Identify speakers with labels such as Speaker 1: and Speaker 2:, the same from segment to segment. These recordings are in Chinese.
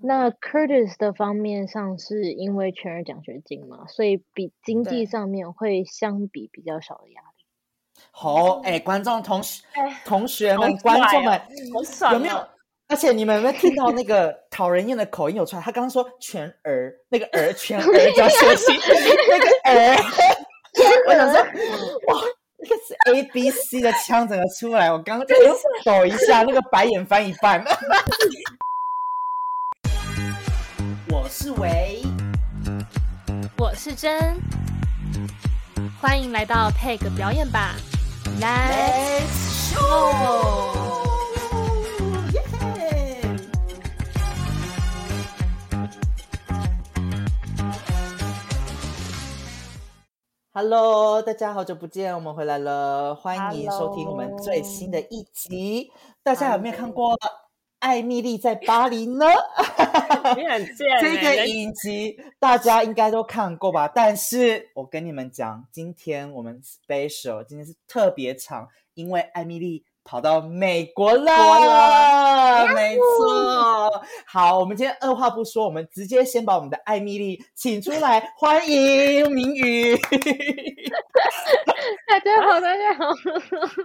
Speaker 1: 那 Curtis 的方面上是因为全额奖学金嘛，所以比经济
Speaker 2: 对，
Speaker 1: 上面会相比比较少的压力。
Speaker 3: 好，哎，
Speaker 2: 嗯，
Speaker 3: 观众同学、
Speaker 2: 哎，
Speaker 3: 同学
Speaker 2: 好
Speaker 3: 们、观众
Speaker 2: 拽
Speaker 3: 们，
Speaker 2: 哦，好
Speaker 3: 有
Speaker 2: 爽
Speaker 3: 没有？
Speaker 2: 哦，
Speaker 3: 而且你们有没有听到那个讨人厌的口音有出来？他刚刚说全儿，那个儿全儿叫学习，那个儿，我想说，哇，那个是 A B C 的腔整个出来，我刚刚哎呦抖一下，那个白眼翻一半。 我是维，
Speaker 2: 我是真，欢迎来到 Peg 表演吧，Let's
Speaker 1: 哎
Speaker 3: Let's
Speaker 2: go。
Speaker 3: show，耶！Hello，大家好久不见，我们回来了，欢迎收听我们最新的
Speaker 2: Hello，
Speaker 3: 一集。大家有没有看
Speaker 2: Hello，
Speaker 3: 过《艾米丽在巴黎》呢？
Speaker 2: 你啊很贱
Speaker 3: 这
Speaker 2: 哎、
Speaker 3: 个
Speaker 2: 人
Speaker 3: 影集大家应该都看过吧？但是我跟你们讲，今天我们 special，今天是特别场，因为艾米丽跑到美国
Speaker 2: 国了，
Speaker 3: 了，没错。好，我们今天二话不说，我们直接先把我们的艾米丽请出来，欢迎明宇。
Speaker 1: 大家好，大家 好，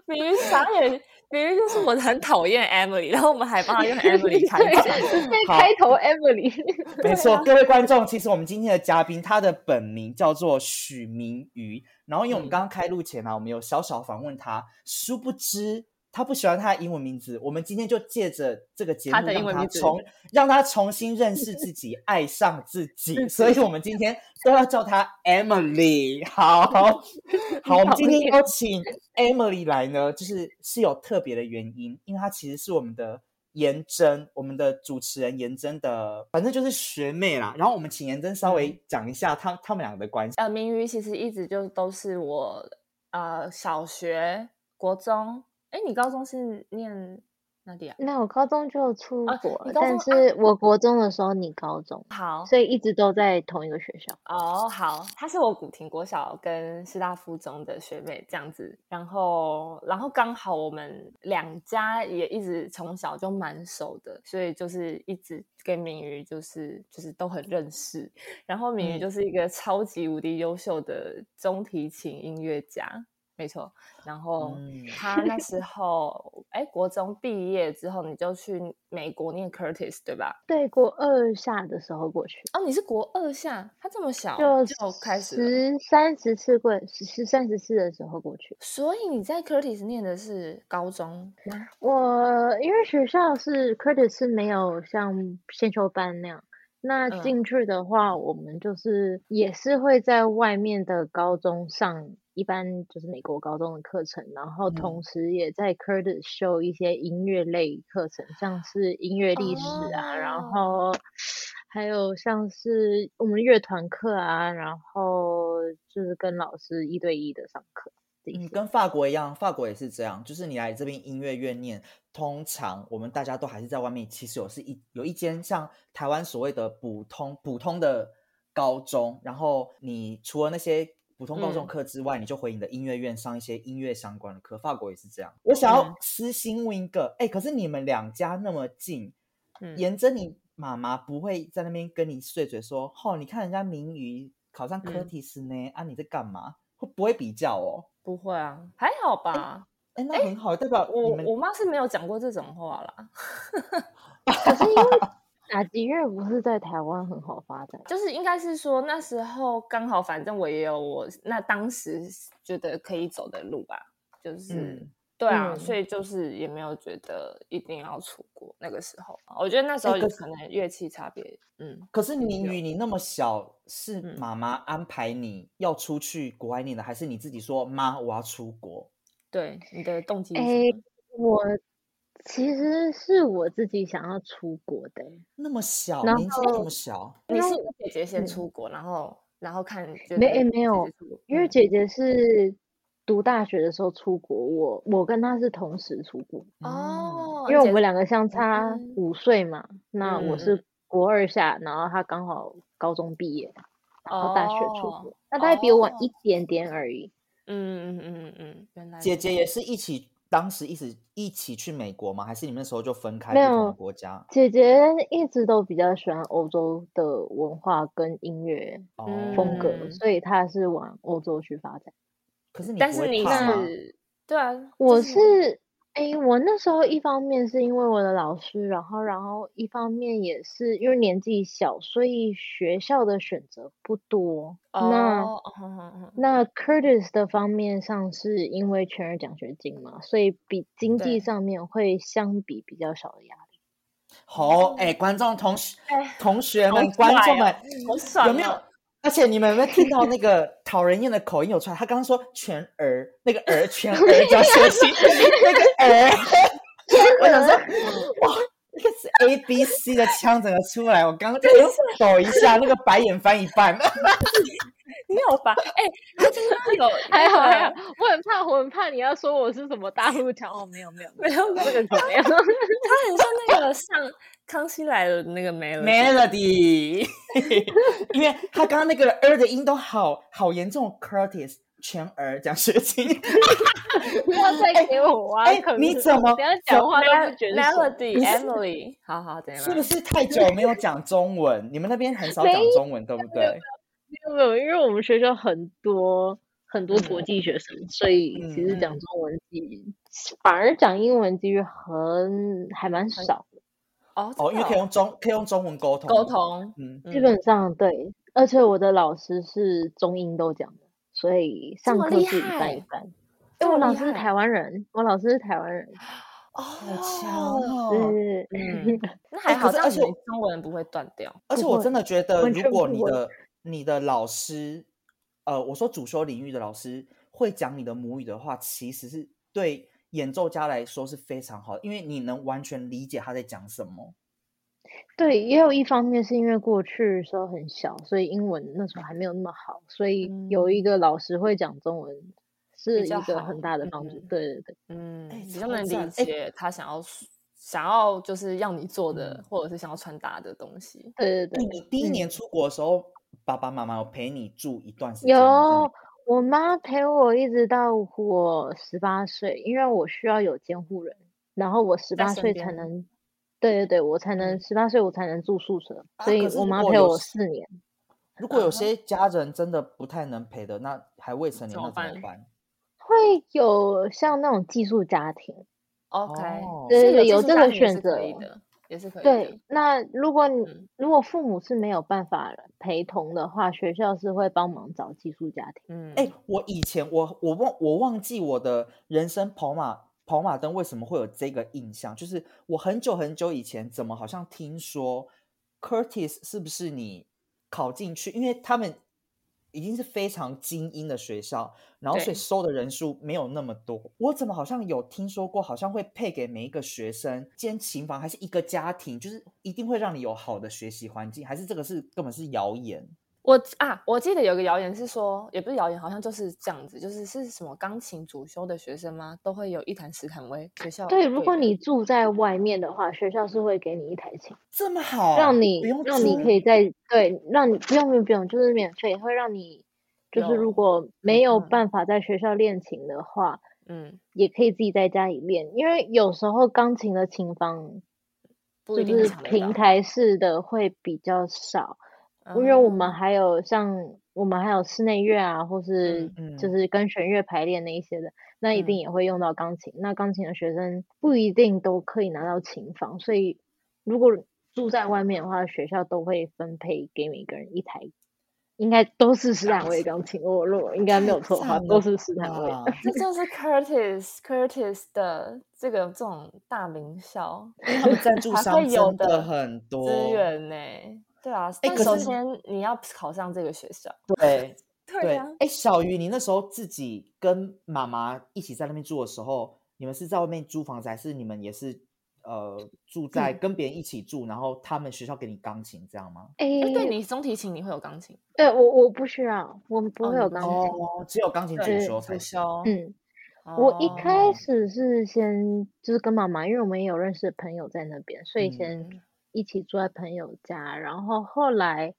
Speaker 2: 明明傻眼，明明就是我很讨厌 Emily，然后我们还帮她用 Emily 开场。
Speaker 1: 对，被
Speaker 3: 好
Speaker 1: 开头 Emily，
Speaker 3: 没
Speaker 2: 对
Speaker 3: 错，
Speaker 2: 啊，
Speaker 3: 各位观众，其实我们今天的嘉宾他的本名叫做许明宇，然后因为我们
Speaker 2: 嗯，
Speaker 3: 刚刚开录前啊，我们有小小访问他，殊不知他不喜欢他的英文名字，我们今天就借着这个节
Speaker 2: 她
Speaker 3: 目
Speaker 2: 的英
Speaker 3: 让
Speaker 2: 文
Speaker 3: 他
Speaker 2: 名字
Speaker 3: 重让他重新认识自己，爱上自 己，
Speaker 2: 自
Speaker 3: 所以
Speaker 2: 己
Speaker 3: 我们今天都要叫他 Emily。好 好，我们
Speaker 1: 讨
Speaker 3: 今天
Speaker 1: 厌。
Speaker 3: 邀请 Emily 来呢，就是是有特别的原因，因为她其实是我们的颜真，我们的主持人颜真的，反正就是学妹啦。然后我们请颜真稍微
Speaker 2: 嗯
Speaker 3: 讲一下她她们两个的关系。
Speaker 2: 呃，明宇其实一直就都是我呃小学、国中，哎，你高中是念哪里啊？
Speaker 1: 那我高中就出
Speaker 2: 啊，
Speaker 1: 国
Speaker 2: 你
Speaker 1: 了，
Speaker 2: 高中
Speaker 1: 但
Speaker 2: 啊，
Speaker 1: 是我国哦中的时候你高中，
Speaker 2: 好
Speaker 1: 所以一直都在同一个学校。
Speaker 2: 哦，好，她是我古亭国小跟师大附中的学妹这样子，然后然后刚好我们两家也一直从小就蛮熟的，所以就是一直跟明宇就是就是都很认识，然后明宇
Speaker 3: 嗯，
Speaker 2: 就是一个超级无敌优秀的中提琴音乐家，没错。然后
Speaker 3: 嗯，
Speaker 2: 他那时候，哎，国中毕业之后，你就去美国念 Curtis 对吧？
Speaker 1: 对，国二下的时候过去，
Speaker 2: 哦，你是国二下，他这么小
Speaker 1: 就
Speaker 2: 就开始了，
Speaker 1: 十三十四过十三十四的时候过去。
Speaker 2: 所以你在 Curtis 念的是高中
Speaker 1: 啊
Speaker 2: 吗？
Speaker 1: 我因为学校是 credit 是没有像先修班那样，那
Speaker 2: 嗯，
Speaker 1: 进去的话，我们就是也是会在外面的高中上一般就是美国高中的课程，然后
Speaker 3: 嗯，
Speaker 1: 同时也在 credit 修一些音乐类课程，像是音乐历史啊，然
Speaker 2: 哦，
Speaker 1: 后还有像是我们乐团课啊，然后就是跟老师一对一的上课这
Speaker 3: 嗯，
Speaker 1: 些。
Speaker 3: 跟法国一样，法国也是这样，就是你来这边音乐院念，通常我们大家都还是在外面，其实有是一有一间像台湾所谓的普通普通的高中，然后你除了那些普通高中
Speaker 2: 嗯
Speaker 3: 课之外，你就回你的音乐院上一些音乐相关的课。法国也是这样。我想要
Speaker 2: 嗯
Speaker 3: 私心问一个，哎，可是你们两家那么近，
Speaker 2: 嗯，
Speaker 3: 沿着你妈妈不会在那边跟你碎嘴说，哦，你看人家明宇考上科
Speaker 2: 嗯，
Speaker 3: 提斯呢，啊，你在干嘛？会不会比较哦？
Speaker 2: 不会啊，还好吧。
Speaker 3: 哎，那很好，代表你
Speaker 2: 我
Speaker 3: 们
Speaker 2: 我妈是没有讲过这种话啦，
Speaker 1: 可是因为 打击乐不是在台湾很好发展。
Speaker 2: 就是应该是说那时候刚好，反正我也有我那当时觉得可以走的路吧，就是
Speaker 3: 嗯，
Speaker 2: 对啊，所
Speaker 1: 嗯，
Speaker 2: 以就是也没有觉得一定要出国。那个时候，我觉得那时
Speaker 3: 哎，
Speaker 2: 候
Speaker 3: 可是
Speaker 2: 可能乐器差别，嗯，
Speaker 3: 可是
Speaker 2: 也
Speaker 3: 明
Speaker 2: 有，
Speaker 3: 宇，你那么小，是
Speaker 2: 嗯，
Speaker 3: 妈妈安排你要出去国外念的，还是你自己说妈我要出国？
Speaker 2: 对，你的动机是什
Speaker 1: 诶，
Speaker 2: 么？
Speaker 1: 我其实是我自己想要出国的欸，
Speaker 3: 那么小，
Speaker 1: 然
Speaker 3: 年纪那
Speaker 1: 后
Speaker 3: 么小，
Speaker 1: 因
Speaker 2: 你
Speaker 1: 为
Speaker 2: 是
Speaker 1: 我
Speaker 2: 姐姐先
Speaker 1: 嗯，
Speaker 2: 出国，然后然后看觉
Speaker 1: 没
Speaker 2: 得
Speaker 1: 诶没
Speaker 2: 姐姐
Speaker 1: 有，
Speaker 2: 出国，
Speaker 1: 因为
Speaker 2: 嗯，
Speaker 1: 姐姐是读大学的时候出国，我我跟她是同时出国，
Speaker 3: 嗯，
Speaker 2: 哦，
Speaker 1: 因为我
Speaker 2: 姐，
Speaker 1: 们两个相差
Speaker 2: 嗯
Speaker 1: 五岁嘛，那我
Speaker 2: 嗯
Speaker 1: 是
Speaker 2: 嗯，
Speaker 1: 国二下，然后她刚好高中毕业，然后大学出
Speaker 2: 哦
Speaker 1: 国，那她比我晚
Speaker 2: 哦，
Speaker 1: 一点点而已。
Speaker 2: 嗯嗯嗯嗯，嗯原来
Speaker 3: 姐
Speaker 2: 是这
Speaker 3: 姐
Speaker 2: 样，
Speaker 3: 也是一起当时一直一起去美国吗？还是你们那时候就分开
Speaker 1: 没
Speaker 3: 不
Speaker 1: 有
Speaker 3: 同的国家？
Speaker 1: 姐姐一直都比较喜欢欧洲的文化跟音乐
Speaker 3: 哦，
Speaker 1: 风格，
Speaker 2: 嗯
Speaker 1: 所以她是往欧洲去发展。
Speaker 3: 可是你
Speaker 2: 但
Speaker 3: 不
Speaker 2: 是
Speaker 3: 会
Speaker 2: 你
Speaker 3: 怕吗
Speaker 2: 是对啊，
Speaker 1: 我
Speaker 2: 就是
Speaker 1: 诶，我那时候一方面是因为我的老师，然后然后一方面也是因为年纪小，所以学校的选择不多。那
Speaker 2: 哦，嗯嗯嗯
Speaker 1: 那 Curtis 的方面上是因为全额奖学金嘛，所以比经
Speaker 2: 对
Speaker 1: 济上面会相比比较少的压力。
Speaker 3: 好，哎、观众同学、
Speaker 2: 哎
Speaker 3: 同学
Speaker 2: 好
Speaker 3: 们、观
Speaker 2: 帅
Speaker 3: 众
Speaker 2: 哦
Speaker 3: 们，
Speaker 2: 好爽
Speaker 3: 有没有
Speaker 2: 哦？
Speaker 3: 而且你们有没有听到那个讨人厌的口音有出来？他刚刚说全儿，那个儿全儿叫休息，那个儿，我想说，哇，那个是 A B C 的腔怎么出来？我刚刚就抖一下，那个白眼翻一半。
Speaker 2: 你好烦！ 哎，那就是会有
Speaker 1: 还好
Speaker 2: 对
Speaker 1: 还
Speaker 2: 啊
Speaker 1: 好，我很怕，我很怕你要说我是什么大陆腔哦，没有没有，
Speaker 2: 没有没有
Speaker 1: 这个怎么样？
Speaker 2: 他很像那个上《康熙来了》的那 个梅
Speaker 3: Melody，因为他刚刚那个儿的音都好好严重，Curtis 全儿讲学情。
Speaker 1: 不要再给我挖
Speaker 3: 哎
Speaker 1: 坑了！
Speaker 3: 你怎么
Speaker 1: 等下讲话都不觉得爽
Speaker 2: Melody
Speaker 3: 不是
Speaker 2: Emily，好好等一下
Speaker 3: 是不。是太久没有讲中文？你们那边很少讲
Speaker 1: 没
Speaker 3: 中文，对不对？
Speaker 1: 没有没有，因为我们学校很多很多国际学生，所以其实
Speaker 2: 嗯
Speaker 1: 讲中文机、反而讲英文机率很还蛮少的，
Speaker 2: 哦
Speaker 3: 哦，因为可以用中可以用中文沟通。
Speaker 2: 沟。通，
Speaker 3: 嗯，
Speaker 1: 基
Speaker 2: 嗯
Speaker 1: 本上对。而且我的老师是中英都讲的，所以上
Speaker 2: 么
Speaker 1: 课
Speaker 2: 厉
Speaker 1: 是一半一
Speaker 2: 害
Speaker 1: 半。
Speaker 2: 这
Speaker 1: 因为我
Speaker 2: 么
Speaker 1: 老
Speaker 2: 厉
Speaker 1: 师是
Speaker 2: 害
Speaker 1: 台湾人，我老师是台湾人，
Speaker 3: 好强
Speaker 2: 哦，
Speaker 3: 哦！
Speaker 1: 对、
Speaker 2: 嗯，那
Speaker 3: 哎
Speaker 2: 还
Speaker 3: 可
Speaker 2: 好，
Speaker 3: 是
Speaker 2: 这
Speaker 3: 而
Speaker 2: 样子
Speaker 3: 且
Speaker 2: 你中文不会断掉。
Speaker 3: 而且
Speaker 1: 不
Speaker 3: 我
Speaker 1: 会
Speaker 3: 真的觉得，
Speaker 1: 完
Speaker 3: 如
Speaker 1: 全
Speaker 3: 果
Speaker 1: 不
Speaker 3: 你
Speaker 1: 会
Speaker 3: 的你的老师，呃，我说主修领域的老师会讲你的母语的话，其实是对演奏家来说是非常好的，因为你能完全理解他在讲什么。
Speaker 1: 对，也有一方面是因为过去的时候很小，所以英文那时候还没有那么好，所以有一个老师会讲中文是一
Speaker 2: 较
Speaker 1: 个
Speaker 2: 好
Speaker 1: 很大的帮助。
Speaker 2: 嗯
Speaker 1: 对对对，
Speaker 2: 嗯，
Speaker 3: 哎
Speaker 2: 比
Speaker 3: 超
Speaker 2: 较能
Speaker 3: 赞
Speaker 2: 理
Speaker 3: 哎
Speaker 2: 解他想要想要就是要你做的
Speaker 3: 嗯，
Speaker 2: 或者是想要传达的东西。
Speaker 1: 对
Speaker 3: 哎
Speaker 1: 对对，
Speaker 3: 你第一
Speaker 1: 嗯
Speaker 3: 年出国的时候，爸爸妈妈有陪你住一段时间吗？
Speaker 1: 有我妈陪我一直到我十八岁，因为我需要有监护人，然后我十
Speaker 2: 在
Speaker 1: 八
Speaker 2: 身
Speaker 1: 岁才
Speaker 2: 边
Speaker 1: 能，对对对，我才能十八岁我才能住宿舍，所
Speaker 3: 啊
Speaker 1: 以
Speaker 3: 可是
Speaker 1: 我
Speaker 3: 如
Speaker 1: 妈
Speaker 3: 果
Speaker 1: 陪
Speaker 3: 有
Speaker 1: 我
Speaker 3: 时
Speaker 1: 四年。
Speaker 3: 如果
Speaker 1: 嗯
Speaker 3: 有些家人真的不太能陪的，那还未成年
Speaker 2: 怎
Speaker 3: 那
Speaker 2: 么
Speaker 3: 怎么
Speaker 2: 办
Speaker 3: 办？
Speaker 1: 会有像那种寄宿家庭，
Speaker 2: OK，
Speaker 3: 哦
Speaker 1: 对
Speaker 2: 所以
Speaker 1: 对
Speaker 2: 有
Speaker 1: 有
Speaker 2: 技术
Speaker 1: 这
Speaker 2: 家
Speaker 1: 个
Speaker 2: 庭也
Speaker 1: 选
Speaker 2: 是可以
Speaker 1: 择
Speaker 2: 的，也是可以的。
Speaker 1: 对，那如果你、
Speaker 2: 嗯
Speaker 1: 如果父母是没有办法陪同的话，学校是会帮忙找寄宿家庭。
Speaker 2: 嗯，
Speaker 3: 哎、我以前我我忘我忘记我的人生跑马跑马灯为什么会有这个印象，就是我很久很久以前怎么好像听说 Curtis 是不是你考进去，因为他们已经是非常精英的学校，然后所以
Speaker 2: 对
Speaker 3: 收的人数没有那么多。我怎么好像有听说过，好像会配给每一个学生间琴房，还是一个家庭，就是一定会让你有好的学习环境，还是这个是根本是谣言？
Speaker 2: 我啊，我记得有个谣言是说，也不是谣言，好像就是这样子，就是是什么钢琴主修的学生吗？都会有一坛斯坦威学校
Speaker 1: 对，如果
Speaker 2: 的
Speaker 1: 你住在外面的话，学校是会给你一台琴，
Speaker 3: 这么
Speaker 2: 哦
Speaker 3: 好，
Speaker 1: 让你
Speaker 3: 不用
Speaker 1: 让你
Speaker 3: 租
Speaker 1: 可以在对，让你不用不用不用，就是免费，会让你就是
Speaker 2: 有
Speaker 1: 如果没有
Speaker 2: 嗯嗯
Speaker 1: 办法在学校练琴的话，
Speaker 2: 嗯，
Speaker 1: 也可以自己在家里练，因为有时候钢琴的琴房
Speaker 2: 不
Speaker 1: 就
Speaker 2: 一定
Speaker 1: 是
Speaker 2: 抢得
Speaker 1: 平
Speaker 2: 到，
Speaker 1: 台式的会比较少。因为我
Speaker 2: 嗯
Speaker 1: 们还有像我们还有室内乐啊，或是
Speaker 3: 嗯
Speaker 1: 就
Speaker 3: 嗯
Speaker 1: 是跟弦乐排练那一些的，那一定
Speaker 2: 嗯
Speaker 1: 也会用到钢琴。那钢琴的学生不一定都可以拿到琴房，所以如果住在外面的话，学校都会分配给每个人一台，应该都是斯坦威钢琴。我如果应该没有错的话，
Speaker 3: 太
Speaker 1: 都
Speaker 3: 赞哎
Speaker 1: 是斯坦威。
Speaker 3: 哇
Speaker 2: 这就是 Curtis Curtis 的这个这种大名校
Speaker 3: 因为他们赞助
Speaker 2: 才
Speaker 3: 商
Speaker 2: 会有
Speaker 3: 真的
Speaker 2: 的
Speaker 3: 很多哎
Speaker 2: 资源呢、对啊，但
Speaker 3: 可
Speaker 2: 首
Speaker 3: 是
Speaker 2: 先你要考上这个学校，
Speaker 3: 对
Speaker 2: 对
Speaker 3: 对，
Speaker 2: 啊
Speaker 3: 哎、，小鱼，你那时候自己跟妈妈一起在那边住的时候，你们是在外面租房子，还是你们也是呃住在
Speaker 2: 嗯
Speaker 3: 跟别人一起住，然后他们学校给你钢琴这样吗？
Speaker 1: 哎、
Speaker 2: 哎对你中提琴你会有钢琴，
Speaker 1: 对我我不需要，我们不
Speaker 2: 哦
Speaker 1: 会
Speaker 2: 你
Speaker 1: 有
Speaker 2: 不
Speaker 1: 钢
Speaker 2: 需
Speaker 1: 琴。
Speaker 3: 哦，只有钢琴主
Speaker 1: 对
Speaker 3: 修才
Speaker 2: 主
Speaker 3: 行。
Speaker 2: 修，
Speaker 1: 嗯，我一开
Speaker 2: 哦
Speaker 1: 始是先就是跟妈妈，因为我们也有认识的朋友在那边，所以先一起住在朋友家。然后后来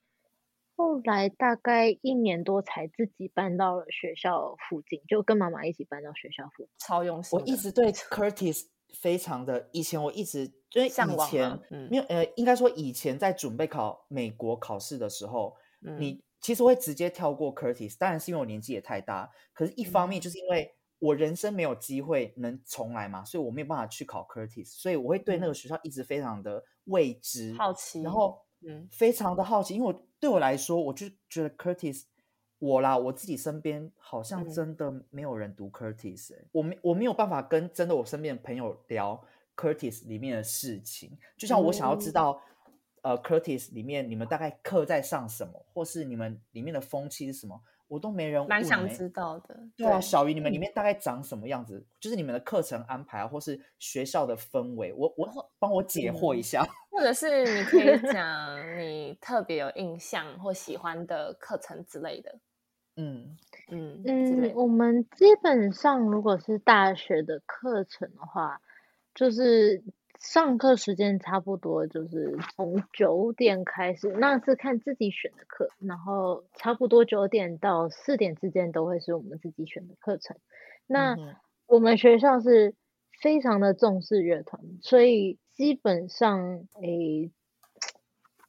Speaker 1: 后来大概一年多才自己搬到了学校附近，就跟妈妈一起搬到学校附近。
Speaker 2: 超用心
Speaker 3: 我
Speaker 2: 的。
Speaker 3: 一直对 Curtis 非常的，以前我一直因为以
Speaker 2: 向往吗
Speaker 3: 前、
Speaker 2: 嗯
Speaker 3: 没有呃，应该说以前在准备考美国考试的时候，
Speaker 2: 嗯
Speaker 3: 你其实会直接跳过 Curtis，当然是因为我年纪也太大，可是一方面
Speaker 2: 嗯
Speaker 3: 就是因为我人生没有机会能重来嘛，所以我没有办法去考 Curtis，所以我会对那个学校一直非常的未知
Speaker 2: 嗯好奇，
Speaker 3: 然后
Speaker 2: 嗯
Speaker 3: 非常的好奇，因为我对我来说，我就觉得 Curtis 我啦，我自己身边好像
Speaker 2: 嗯
Speaker 3: 真的没有人读 Curtis，、欸我没我没有办法跟真的我身边的朋友聊 Curtis 里面的事情，就像我想要知
Speaker 2: 嗯
Speaker 3: 道。呃，Curtis 里面你们大概课在上什么，或是你们里面的风气是什么，我都没人
Speaker 2: 蛮
Speaker 3: 问
Speaker 2: 想
Speaker 3: 欸
Speaker 2: 知嗯道的。
Speaker 3: 对啊，小鱼，你们里面大概长什么样子？就是你们的课程安排啊，或是学校的氛围，我
Speaker 2: 哦
Speaker 3: 我帮我解
Speaker 2: 嗯
Speaker 3: 惑一下。
Speaker 2: 或者是你可以讲你特别有印象或喜欢的课程之类的，
Speaker 3: 嗯，
Speaker 2: 嗯之
Speaker 1: 嗯，
Speaker 2: 类的
Speaker 1: 我们基本上如果是大学的课程的话，就是上课时间差不多就是从九点开始，那是看自己选的课，然后差不多九点到四点之间都会是我们自己选的课程。那
Speaker 3: 嗯哼
Speaker 1: 我们学校是非常的重视乐团，所以基本上诶。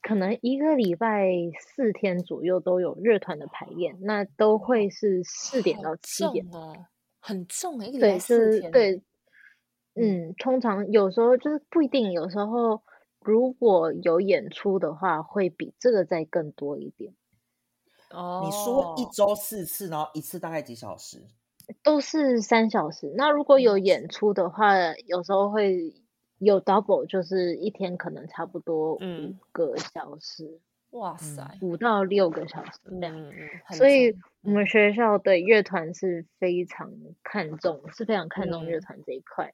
Speaker 1: 可能一个礼拜四天左右都有乐团的排练，那都会是四点
Speaker 2: 好
Speaker 1: 到七点，
Speaker 2: 重哦，很重欸，一个礼
Speaker 1: 对，
Speaker 2: 拜
Speaker 1: 就
Speaker 2: 四
Speaker 1: 是
Speaker 2: 天，，
Speaker 1: 对，嗯，通常有时候就是不一定，有时候如果有演出的话，会比这个再更多一点，
Speaker 2: 哦，
Speaker 3: 你说
Speaker 1: 哦
Speaker 3: 一周四次，然后一次大概几小时？
Speaker 1: 都是三小时。那如果有
Speaker 3: 嗯
Speaker 1: 演出的话，有时候会有 double，就是一天可能差不多五
Speaker 2: 嗯
Speaker 1: 个小时，
Speaker 2: 哇塞，
Speaker 1: 五到六个小时这
Speaker 2: 嗯
Speaker 1: 样。
Speaker 2: 嗯，嗯很嗯
Speaker 1: 所以
Speaker 2: 重
Speaker 1: 我们学校的乐团是非常看重，是非常看重乐
Speaker 2: 嗯
Speaker 1: 团这一块。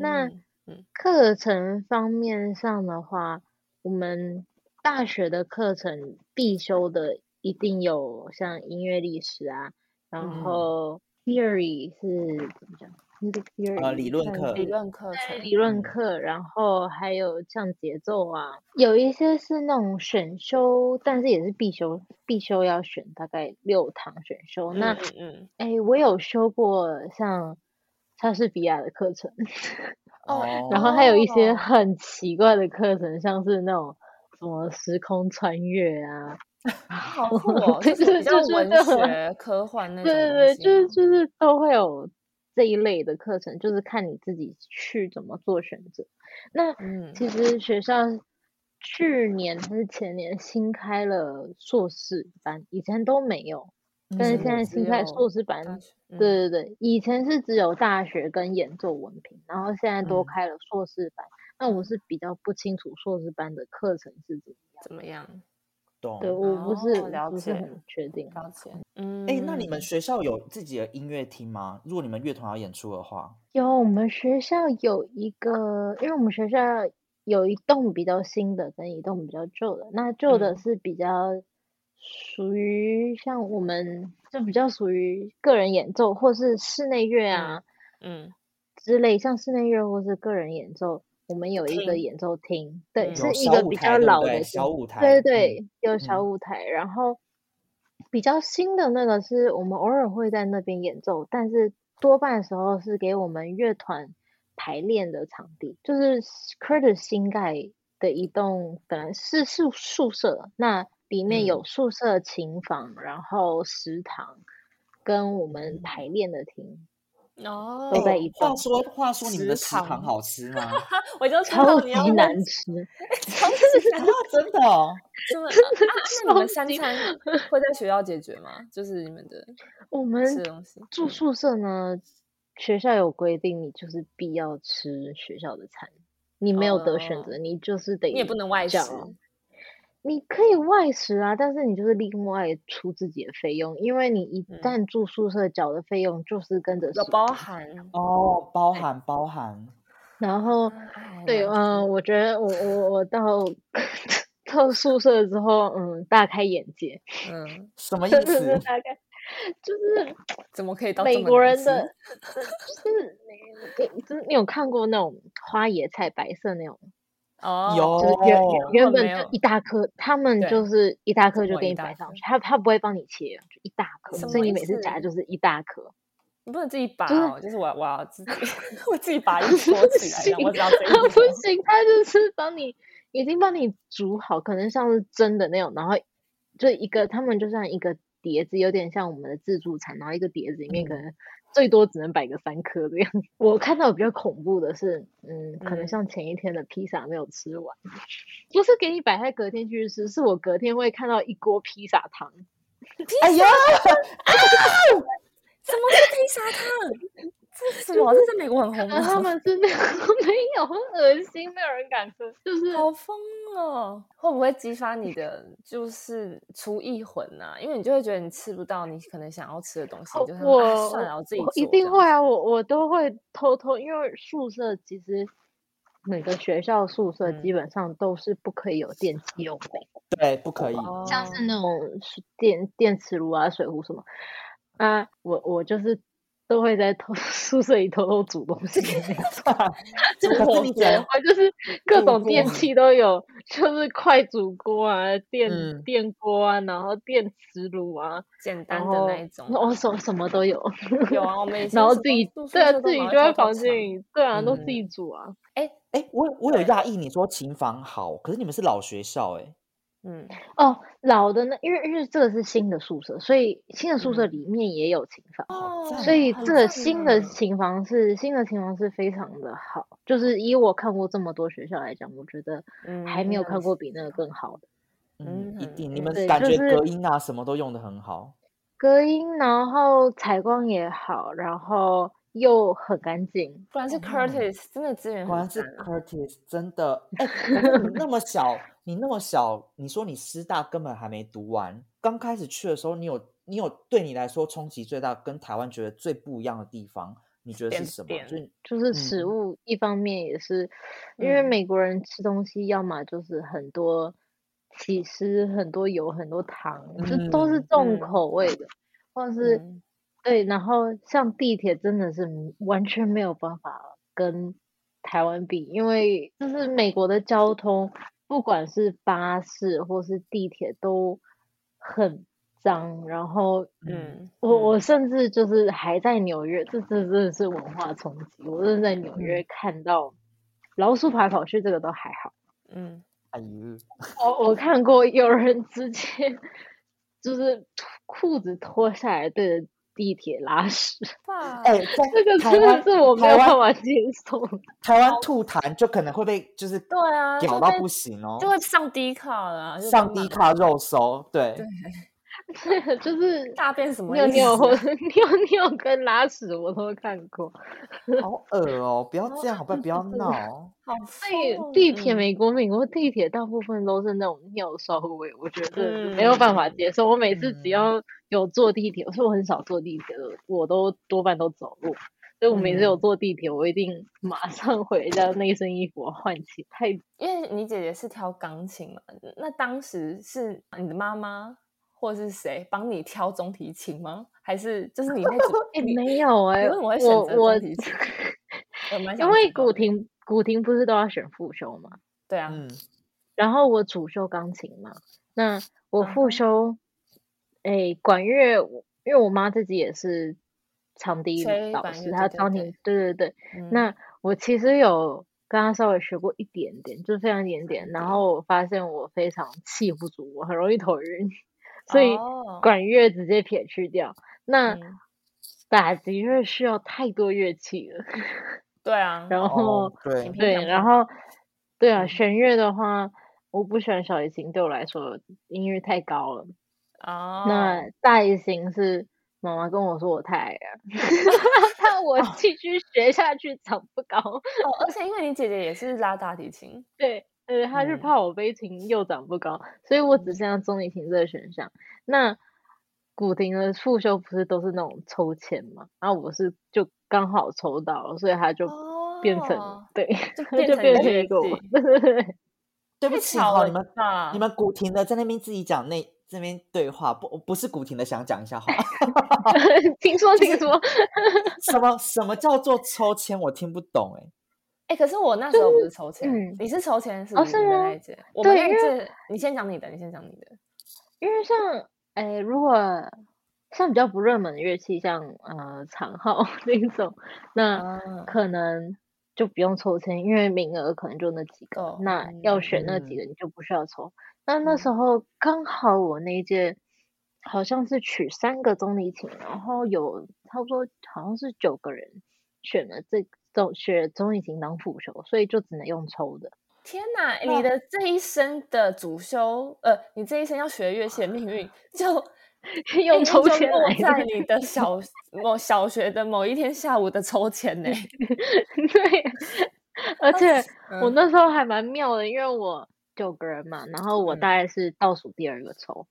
Speaker 1: 那
Speaker 2: 嗯
Speaker 1: 课程方面上的话，我们大学的课程必修的一定有像音乐历史啊，然
Speaker 2: 嗯
Speaker 1: 后 theory 是怎么讲？那个 theory
Speaker 3: 啊理论
Speaker 1: 算
Speaker 3: 课
Speaker 2: 理
Speaker 1: 是
Speaker 2: 论课
Speaker 1: 对
Speaker 2: 程，
Speaker 1: 理论
Speaker 3: 嗯
Speaker 1: 课，然后还有像节奏啊，有一些是那种选修，但是也是必修，必修要选大概六堂选修。那
Speaker 2: 嗯嗯
Speaker 1: 哎、诶我有修过像莎士比亚的课程，
Speaker 2: 哦
Speaker 1: 然后还有一些
Speaker 2: 哦
Speaker 1: 很奇怪的课程，像是那种什么时空穿越啊，
Speaker 2: 嗯，好酷哦，就
Speaker 1: 就是
Speaker 2: 比较
Speaker 1: 就是
Speaker 2: 文
Speaker 1: 那种
Speaker 2: 学科幻那
Speaker 1: 对
Speaker 2: 种
Speaker 1: 对
Speaker 2: 东
Speaker 1: 对，
Speaker 2: 西
Speaker 1: 就是
Speaker 2: 吗
Speaker 1: 就是都会有这一类的课程，就是看你自己去怎么做选择。那
Speaker 2: 嗯
Speaker 1: 其实学校去年还是前年新开了硕士班，以前都没有，但是
Speaker 3: 嗯
Speaker 1: 现在
Speaker 2: 只
Speaker 1: 新开
Speaker 2: 有
Speaker 1: 硕士班，
Speaker 2: 大学，嗯，
Speaker 1: 对对对，以前是只有大学跟研究文凭，然后现在多
Speaker 3: 嗯
Speaker 1: 开了硕士班。那我是比较不清楚硕士班的课程是怎么样，
Speaker 2: 怎么样？
Speaker 3: 懂。
Speaker 1: 对我不
Speaker 2: 哦
Speaker 1: 是、
Speaker 2: 了
Speaker 1: 不是
Speaker 2: 解
Speaker 1: 很确定。
Speaker 2: 了解，嗯，
Speaker 3: 哎，那你们学校有自己的音乐厅吗？如果你们乐团要演出的话，
Speaker 1: 有我们学校有一个，因为我们学校有一栋比较新的跟一栋比较旧的，那旧的
Speaker 2: 嗯
Speaker 1: 是比较属于像我们就比较属于个人演奏或是室内乐
Speaker 2: 嗯
Speaker 1: 啊，
Speaker 2: 嗯
Speaker 1: 之类，像室内乐或是个人演奏，我们有一个
Speaker 2: 厅
Speaker 1: 演奏厅，对，
Speaker 2: 嗯
Speaker 1: 是
Speaker 3: 有
Speaker 1: 一
Speaker 3: 小
Speaker 1: 个
Speaker 3: 舞
Speaker 1: 比
Speaker 3: 台
Speaker 1: 较
Speaker 3: 对不
Speaker 1: 老
Speaker 3: 对
Speaker 1: 的
Speaker 3: 小舞台
Speaker 1: 对
Speaker 3: 嗯
Speaker 1: 对有小
Speaker 3: 嗯
Speaker 1: 舞台，然后比较新的那个是我们偶尔会在那边演奏，但是多半时候是给我们乐团排练的场地，就是 Curtis 新盖的一栋本来是宿宿舍，那里面
Speaker 3: 嗯
Speaker 1: 有宿舍、琴房，然后食堂跟我们
Speaker 3: 嗯
Speaker 1: 排练的厅。
Speaker 2: 嗯，哦，
Speaker 1: 都在一
Speaker 3: 话
Speaker 1: 栋
Speaker 3: 说话说，你们的食
Speaker 2: 食
Speaker 3: 堂
Speaker 2: 堂
Speaker 3: 好 吃吗？
Speaker 2: 我就知
Speaker 1: 超
Speaker 2: 道你
Speaker 1: 级
Speaker 2: 要问
Speaker 1: 难吃，
Speaker 2: 超级难
Speaker 3: 啊， 真的哦，
Speaker 2: 真的啊！啊那你们
Speaker 1: 超
Speaker 2: 三
Speaker 1: 级
Speaker 2: 餐会在学校解决吗？就是你们的
Speaker 1: 我
Speaker 2: 吃的
Speaker 1: 们
Speaker 2: 东西，
Speaker 1: 住宿舍呢，学校有规定，你就是必要吃学校的餐，你没有得选
Speaker 2: 哦
Speaker 1: 择，你就是得
Speaker 2: 你也不能外食
Speaker 1: 叫。你可以外食啊，但是你就是另外出自己的费用，因为你一
Speaker 2: 嗯
Speaker 1: 旦住宿舍缴的费用就是跟着
Speaker 2: 有
Speaker 1: 食
Speaker 2: 包啊
Speaker 1: 堂
Speaker 2: 含。
Speaker 3: 哦，包含包含，
Speaker 1: 然后
Speaker 2: 哎
Speaker 1: 对，
Speaker 2: 了
Speaker 1: 嗯，我觉得我我我到 到宿舍之后，嗯，大开眼界，
Speaker 2: 解嗯，
Speaker 3: 什 么意
Speaker 1: 真的哦是
Speaker 3: 思？
Speaker 1: 大概就是
Speaker 2: 怎么可以到这
Speaker 1: 美
Speaker 2: 么
Speaker 1: 国
Speaker 2: 难
Speaker 1: 人
Speaker 2: 吃
Speaker 1: 的，就是你你就是你有看过那种花椰菜白色那种
Speaker 2: 哦，
Speaker 1: 就是
Speaker 3: 有
Speaker 1: 原原
Speaker 2: 哦
Speaker 1: 本
Speaker 2: 没有
Speaker 1: 就一大颗，他们
Speaker 2: 对
Speaker 1: 就是一大颗
Speaker 2: 这
Speaker 1: 就
Speaker 2: 么
Speaker 1: 给
Speaker 2: 一
Speaker 1: 你
Speaker 2: 大
Speaker 1: 摆
Speaker 2: 颗
Speaker 1: 上去，他他不会帮你切，就一大颗，
Speaker 2: 什
Speaker 1: 所以
Speaker 2: 么
Speaker 1: 你
Speaker 2: 意
Speaker 1: 每次
Speaker 2: 思
Speaker 1: 夹就是一大颗。
Speaker 2: 你不能自己拔
Speaker 1: 就是
Speaker 2: 哦，就是我我要 自己我自己拔一撮起来这样，我只要这
Speaker 1: 他
Speaker 2: 一
Speaker 1: 不
Speaker 2: 撮。
Speaker 1: 行，他就是帮你已经帮你煮好，可能像是蒸的那种，然后就一个他们就像一个碟子，有点像我们的自助餐，然后一个碟子里面可
Speaker 2: 嗯
Speaker 1: 能最多只能摆个三颗这样 子。我看到比较恐怖的是，嗯，可能
Speaker 2: 嗯
Speaker 1: 像前一天的披萨没有吃完，不是给你摆在隔天去吃，是我隔天会看到一锅披萨汤，
Speaker 3: 哎呀，
Speaker 2: 什么是披萨汤？这是什么？这在美国很红
Speaker 1: 然后他
Speaker 2: 吗？
Speaker 1: 们是没有 没有很恶心，没有人敢吃， 就是
Speaker 2: 好疯哦！会不会激发你的就是厨艺魂呐、因为你就会觉得你吃不到你可能想要吃的东西，
Speaker 1: 哦
Speaker 2: 你就想说
Speaker 1: 我、
Speaker 2: 啊、算了，我自己
Speaker 1: 我一
Speaker 2: 做
Speaker 1: 定
Speaker 2: 这
Speaker 1: 会
Speaker 2: 样
Speaker 1: 啊，我我都会偷偷，因为宿舍其实每个学校宿舍
Speaker 2: 嗯
Speaker 1: 基本上都是不可以有电器用品，
Speaker 3: 对，不可以。
Speaker 2: 哦、
Speaker 1: 像是那种是电电磁炉啊、水壶什么啊，我我就是都会在偷 宿舍里偷偷煮东西的那种。
Speaker 3: 这
Speaker 2: 个
Speaker 3: 可
Speaker 2: 火
Speaker 3: 是你只能
Speaker 2: 锅
Speaker 1: 我就是各
Speaker 2: 煮
Speaker 1: 种电
Speaker 2: 锅
Speaker 1: 器都有，就是快煮锅啊、电、
Speaker 3: 嗯
Speaker 1: 电锅啊，然后电磁炉啊，
Speaker 2: 简单
Speaker 1: 然
Speaker 2: 的
Speaker 1: 后
Speaker 2: 那一种啊。
Speaker 1: 我什么什么都有。
Speaker 2: 有啊，我 们以前
Speaker 1: 然后
Speaker 2: 什
Speaker 1: 自
Speaker 2: 么
Speaker 1: 己
Speaker 2: 宿舍
Speaker 1: 对啊，
Speaker 2: 都
Speaker 1: 自己
Speaker 2: 蛮
Speaker 1: 就在
Speaker 2: 偷偷
Speaker 1: 房
Speaker 2: 藏
Speaker 1: 间里，对啊，都自
Speaker 3: 嗯
Speaker 1: 己煮啊。
Speaker 3: 哎，我我有
Speaker 2: 对
Speaker 3: 讶异，你说琴房好，可是你们是老学校哎，
Speaker 2: 嗯，
Speaker 1: 哦，老的呢，因为因为这个是新的宿舍，所以新的宿舍
Speaker 2: 嗯
Speaker 1: 里面也有琴房，
Speaker 3: 好赞
Speaker 1: 所以
Speaker 2: 哦很啊
Speaker 1: 这个
Speaker 2: 赞
Speaker 1: 新的
Speaker 2: 呢
Speaker 1: 琴房是新的琴房是非常的好，就是以我看过这么多学校来讲，我觉得
Speaker 2: 嗯
Speaker 1: 还没有看过比那
Speaker 2: 个。
Speaker 1: 个更好的
Speaker 3: 嗯，一
Speaker 2: 嗯
Speaker 3: 定，你
Speaker 2: 嗯
Speaker 3: 们
Speaker 1: 对
Speaker 3: 感
Speaker 1: 就
Speaker 3: 觉
Speaker 1: 是
Speaker 3: 隔音啊什么都用的很好。
Speaker 1: 隔音，然后采光也好，然后又很干净。
Speaker 2: 果然是
Speaker 3: 哦
Speaker 2: Curtis，真的资源
Speaker 3: 果
Speaker 2: 很
Speaker 3: 然是
Speaker 2: 赞啊。
Speaker 3: Curtis，真 的。哎、可是你那么小，你那么小，你说你师大根本还没读完，刚开始去的时候，你有你有对你来说冲击最大，跟台湾觉得最不一样的地方，你觉得是
Speaker 2: 点
Speaker 3: 什么？
Speaker 2: 点
Speaker 3: 就是
Speaker 1: 就是食
Speaker 3: 嗯
Speaker 1: 物一方面也是，因为
Speaker 2: 嗯
Speaker 1: 美国人吃东西要么就是很多起司、很多油、很多糖，这都是
Speaker 3: 嗯
Speaker 1: 重
Speaker 2: 嗯
Speaker 1: 口味的，或是
Speaker 2: 嗯
Speaker 1: 对，然后像地铁真的是完全没有办法跟台湾比，因为就是美国的交通，不管是巴士或是地铁都很脏，然后
Speaker 2: 嗯，
Speaker 1: 我
Speaker 2: 嗯
Speaker 1: 我甚至就是还在纽约，这这真的是文化冲击。我真的在纽约看到老鼠跑来跑去，这个都还 好。哦
Speaker 2: 嗯，
Speaker 3: 哎呦，
Speaker 1: 我我看过有人直接就是脱裤子脱下来对着地铁拉屎，
Speaker 2: 哇，
Speaker 3: 哎、在
Speaker 1: 这个
Speaker 3: 台
Speaker 1: 真的
Speaker 3: 湾
Speaker 1: 是我没
Speaker 3: 台
Speaker 1: 有办
Speaker 3: 湾
Speaker 1: 法接受。
Speaker 3: 台湾吐痰就可能会被就是
Speaker 2: 对啊，就
Speaker 3: 屌到
Speaker 2: 被
Speaker 3: 不行哦，
Speaker 2: 就会上低卡了啊，就
Speaker 3: 上
Speaker 2: 被
Speaker 3: 低
Speaker 2: 骂
Speaker 3: 卡肉收，对，
Speaker 1: 这 个就是
Speaker 2: 大便什么
Speaker 1: 尿
Speaker 2: 意
Speaker 1: 尿
Speaker 2: 思
Speaker 1: 或 尿尿跟拉屎我都看过。
Speaker 3: 好恶哦， 不要这样，好不好？不要闹。
Speaker 2: 好
Speaker 1: 所以
Speaker 2: 疯哦
Speaker 1: 地铁
Speaker 2: 嗯
Speaker 1: 美国美国地铁大部分都是那种尿骚味，我觉得没有办法
Speaker 2: 嗯
Speaker 1: 接受。我每次
Speaker 3: 嗯
Speaker 1: 只要有坐地铁，我说我很少坐地铁的，我都多半都走路。所以我每次有
Speaker 2: 嗯
Speaker 1: 坐地铁，我一定 马上回家那身衣服换起，太
Speaker 2: 因为你姐姐是挑钢琴嘛，那当时是你的妈妈或是谁帮你挑中提琴吗？还是就是你会主
Speaker 1: 也
Speaker 2: 你
Speaker 1: 没有哎、
Speaker 2: 你为什么会选
Speaker 1: 我
Speaker 2: 择
Speaker 1: 我
Speaker 2: 中提琴？我蛮
Speaker 1: 因
Speaker 2: 想
Speaker 1: 为
Speaker 2: 知道
Speaker 1: 古
Speaker 2: 的
Speaker 1: 亭古亭不是都要选副修吗？
Speaker 2: 对啊，
Speaker 3: 嗯，
Speaker 1: 然后我主修钢琴嘛，那我
Speaker 2: 嗯
Speaker 1: 副
Speaker 2: 哼
Speaker 1: 修，诶，管乐，我因为我妈自己也是长笛
Speaker 2: 吹
Speaker 1: 老
Speaker 2: 管
Speaker 1: 师，
Speaker 2: 乐
Speaker 1: 她
Speaker 2: 对对
Speaker 1: 钢
Speaker 2: 对
Speaker 1: 琴，对对对。
Speaker 2: 嗯
Speaker 1: 那我其实有跟她稍微学过一点点，就非常一点点。
Speaker 2: 点
Speaker 1: 然后我发现我非常气不足，我很容易头晕，所以
Speaker 2: 哦
Speaker 1: 管乐直接撇去掉。那
Speaker 2: 嗯
Speaker 1: 打击乐需要太多乐器了，
Speaker 2: 嗯对啊，
Speaker 1: 然后。
Speaker 3: 哦，对
Speaker 2: 你，平
Speaker 1: 对，
Speaker 2: 常
Speaker 1: 然
Speaker 2: 不
Speaker 1: 后对啊，
Speaker 2: 嗯
Speaker 1: 弦乐的话，我不喜欢小提琴，对我来说音域太高了。
Speaker 2: 哦，
Speaker 1: 那大提琴是妈妈跟我说我太矮了， 但我继续学下去长不高。
Speaker 2: 哦，而且因为你姐姐也是拉大提琴，
Speaker 1: 对，呃，他是
Speaker 2: 嗯
Speaker 1: 怕我悲情又长不高，所以我只
Speaker 2: 嗯
Speaker 1: 剩下中提琴这个选项。那古亭的复修不是都是那种抽签嘛？然后我是就刚好抽到了，所以他就变成、
Speaker 2: 哦
Speaker 1: 对，
Speaker 2: 就
Speaker 1: 就
Speaker 2: 变
Speaker 1: 就
Speaker 2: 成
Speaker 1: 变
Speaker 2: 乐
Speaker 1: 成一个我
Speaker 2: 器。
Speaker 3: 对不
Speaker 2: 太
Speaker 3: 起
Speaker 2: 巧
Speaker 3: 哈，
Speaker 2: 了
Speaker 3: 你们
Speaker 2: 吧？
Speaker 3: 你们古亭的在那边自己讲那这边对话，不不是古亭的想讲一下 话，
Speaker 2: 哦
Speaker 1: 听说听说，
Speaker 3: 什么什么叫做抽签，我听不懂哎、
Speaker 2: 哎、可是我那时候不是筹钱，
Speaker 1: 嗯
Speaker 2: 你是筹钱是
Speaker 1: 哦
Speaker 2: 不
Speaker 1: 是
Speaker 2: 你的
Speaker 1: 吗
Speaker 2: 那一届，我们
Speaker 1: 对
Speaker 2: 那一
Speaker 1: 因为
Speaker 2: 届，你先讲你的，你先讲你的。
Speaker 1: 因为像诶，如果像比较不热门的乐器，像呃长号 这一种，那
Speaker 2: 啊
Speaker 1: 可能就不用抽签，因为名额可能就那几个，
Speaker 2: 哦
Speaker 1: 那要选那几个你就不需要抽。那那
Speaker 2: 嗯
Speaker 1: 时候刚好我那一届好像是取三个中提琴，然后有差不多好像是九个人选了这种学中提琴当辅修，所以就只能用抽的。
Speaker 2: 天哪！
Speaker 3: 哇
Speaker 2: 你的这一生的主修，呃，你这一生要学乐器的命运，就
Speaker 1: 用
Speaker 2: 命运
Speaker 1: 抽
Speaker 2: 就
Speaker 1: 签
Speaker 2: 落
Speaker 1: 来的
Speaker 2: 在你 的小某小学的某一天下午的抽签呢。
Speaker 1: 对， 而且我
Speaker 2: 嗯
Speaker 1: 那时候还蛮妙的，因为我九个人嘛，然后
Speaker 2: 嗯
Speaker 1: 我大概是倒数第二个抽，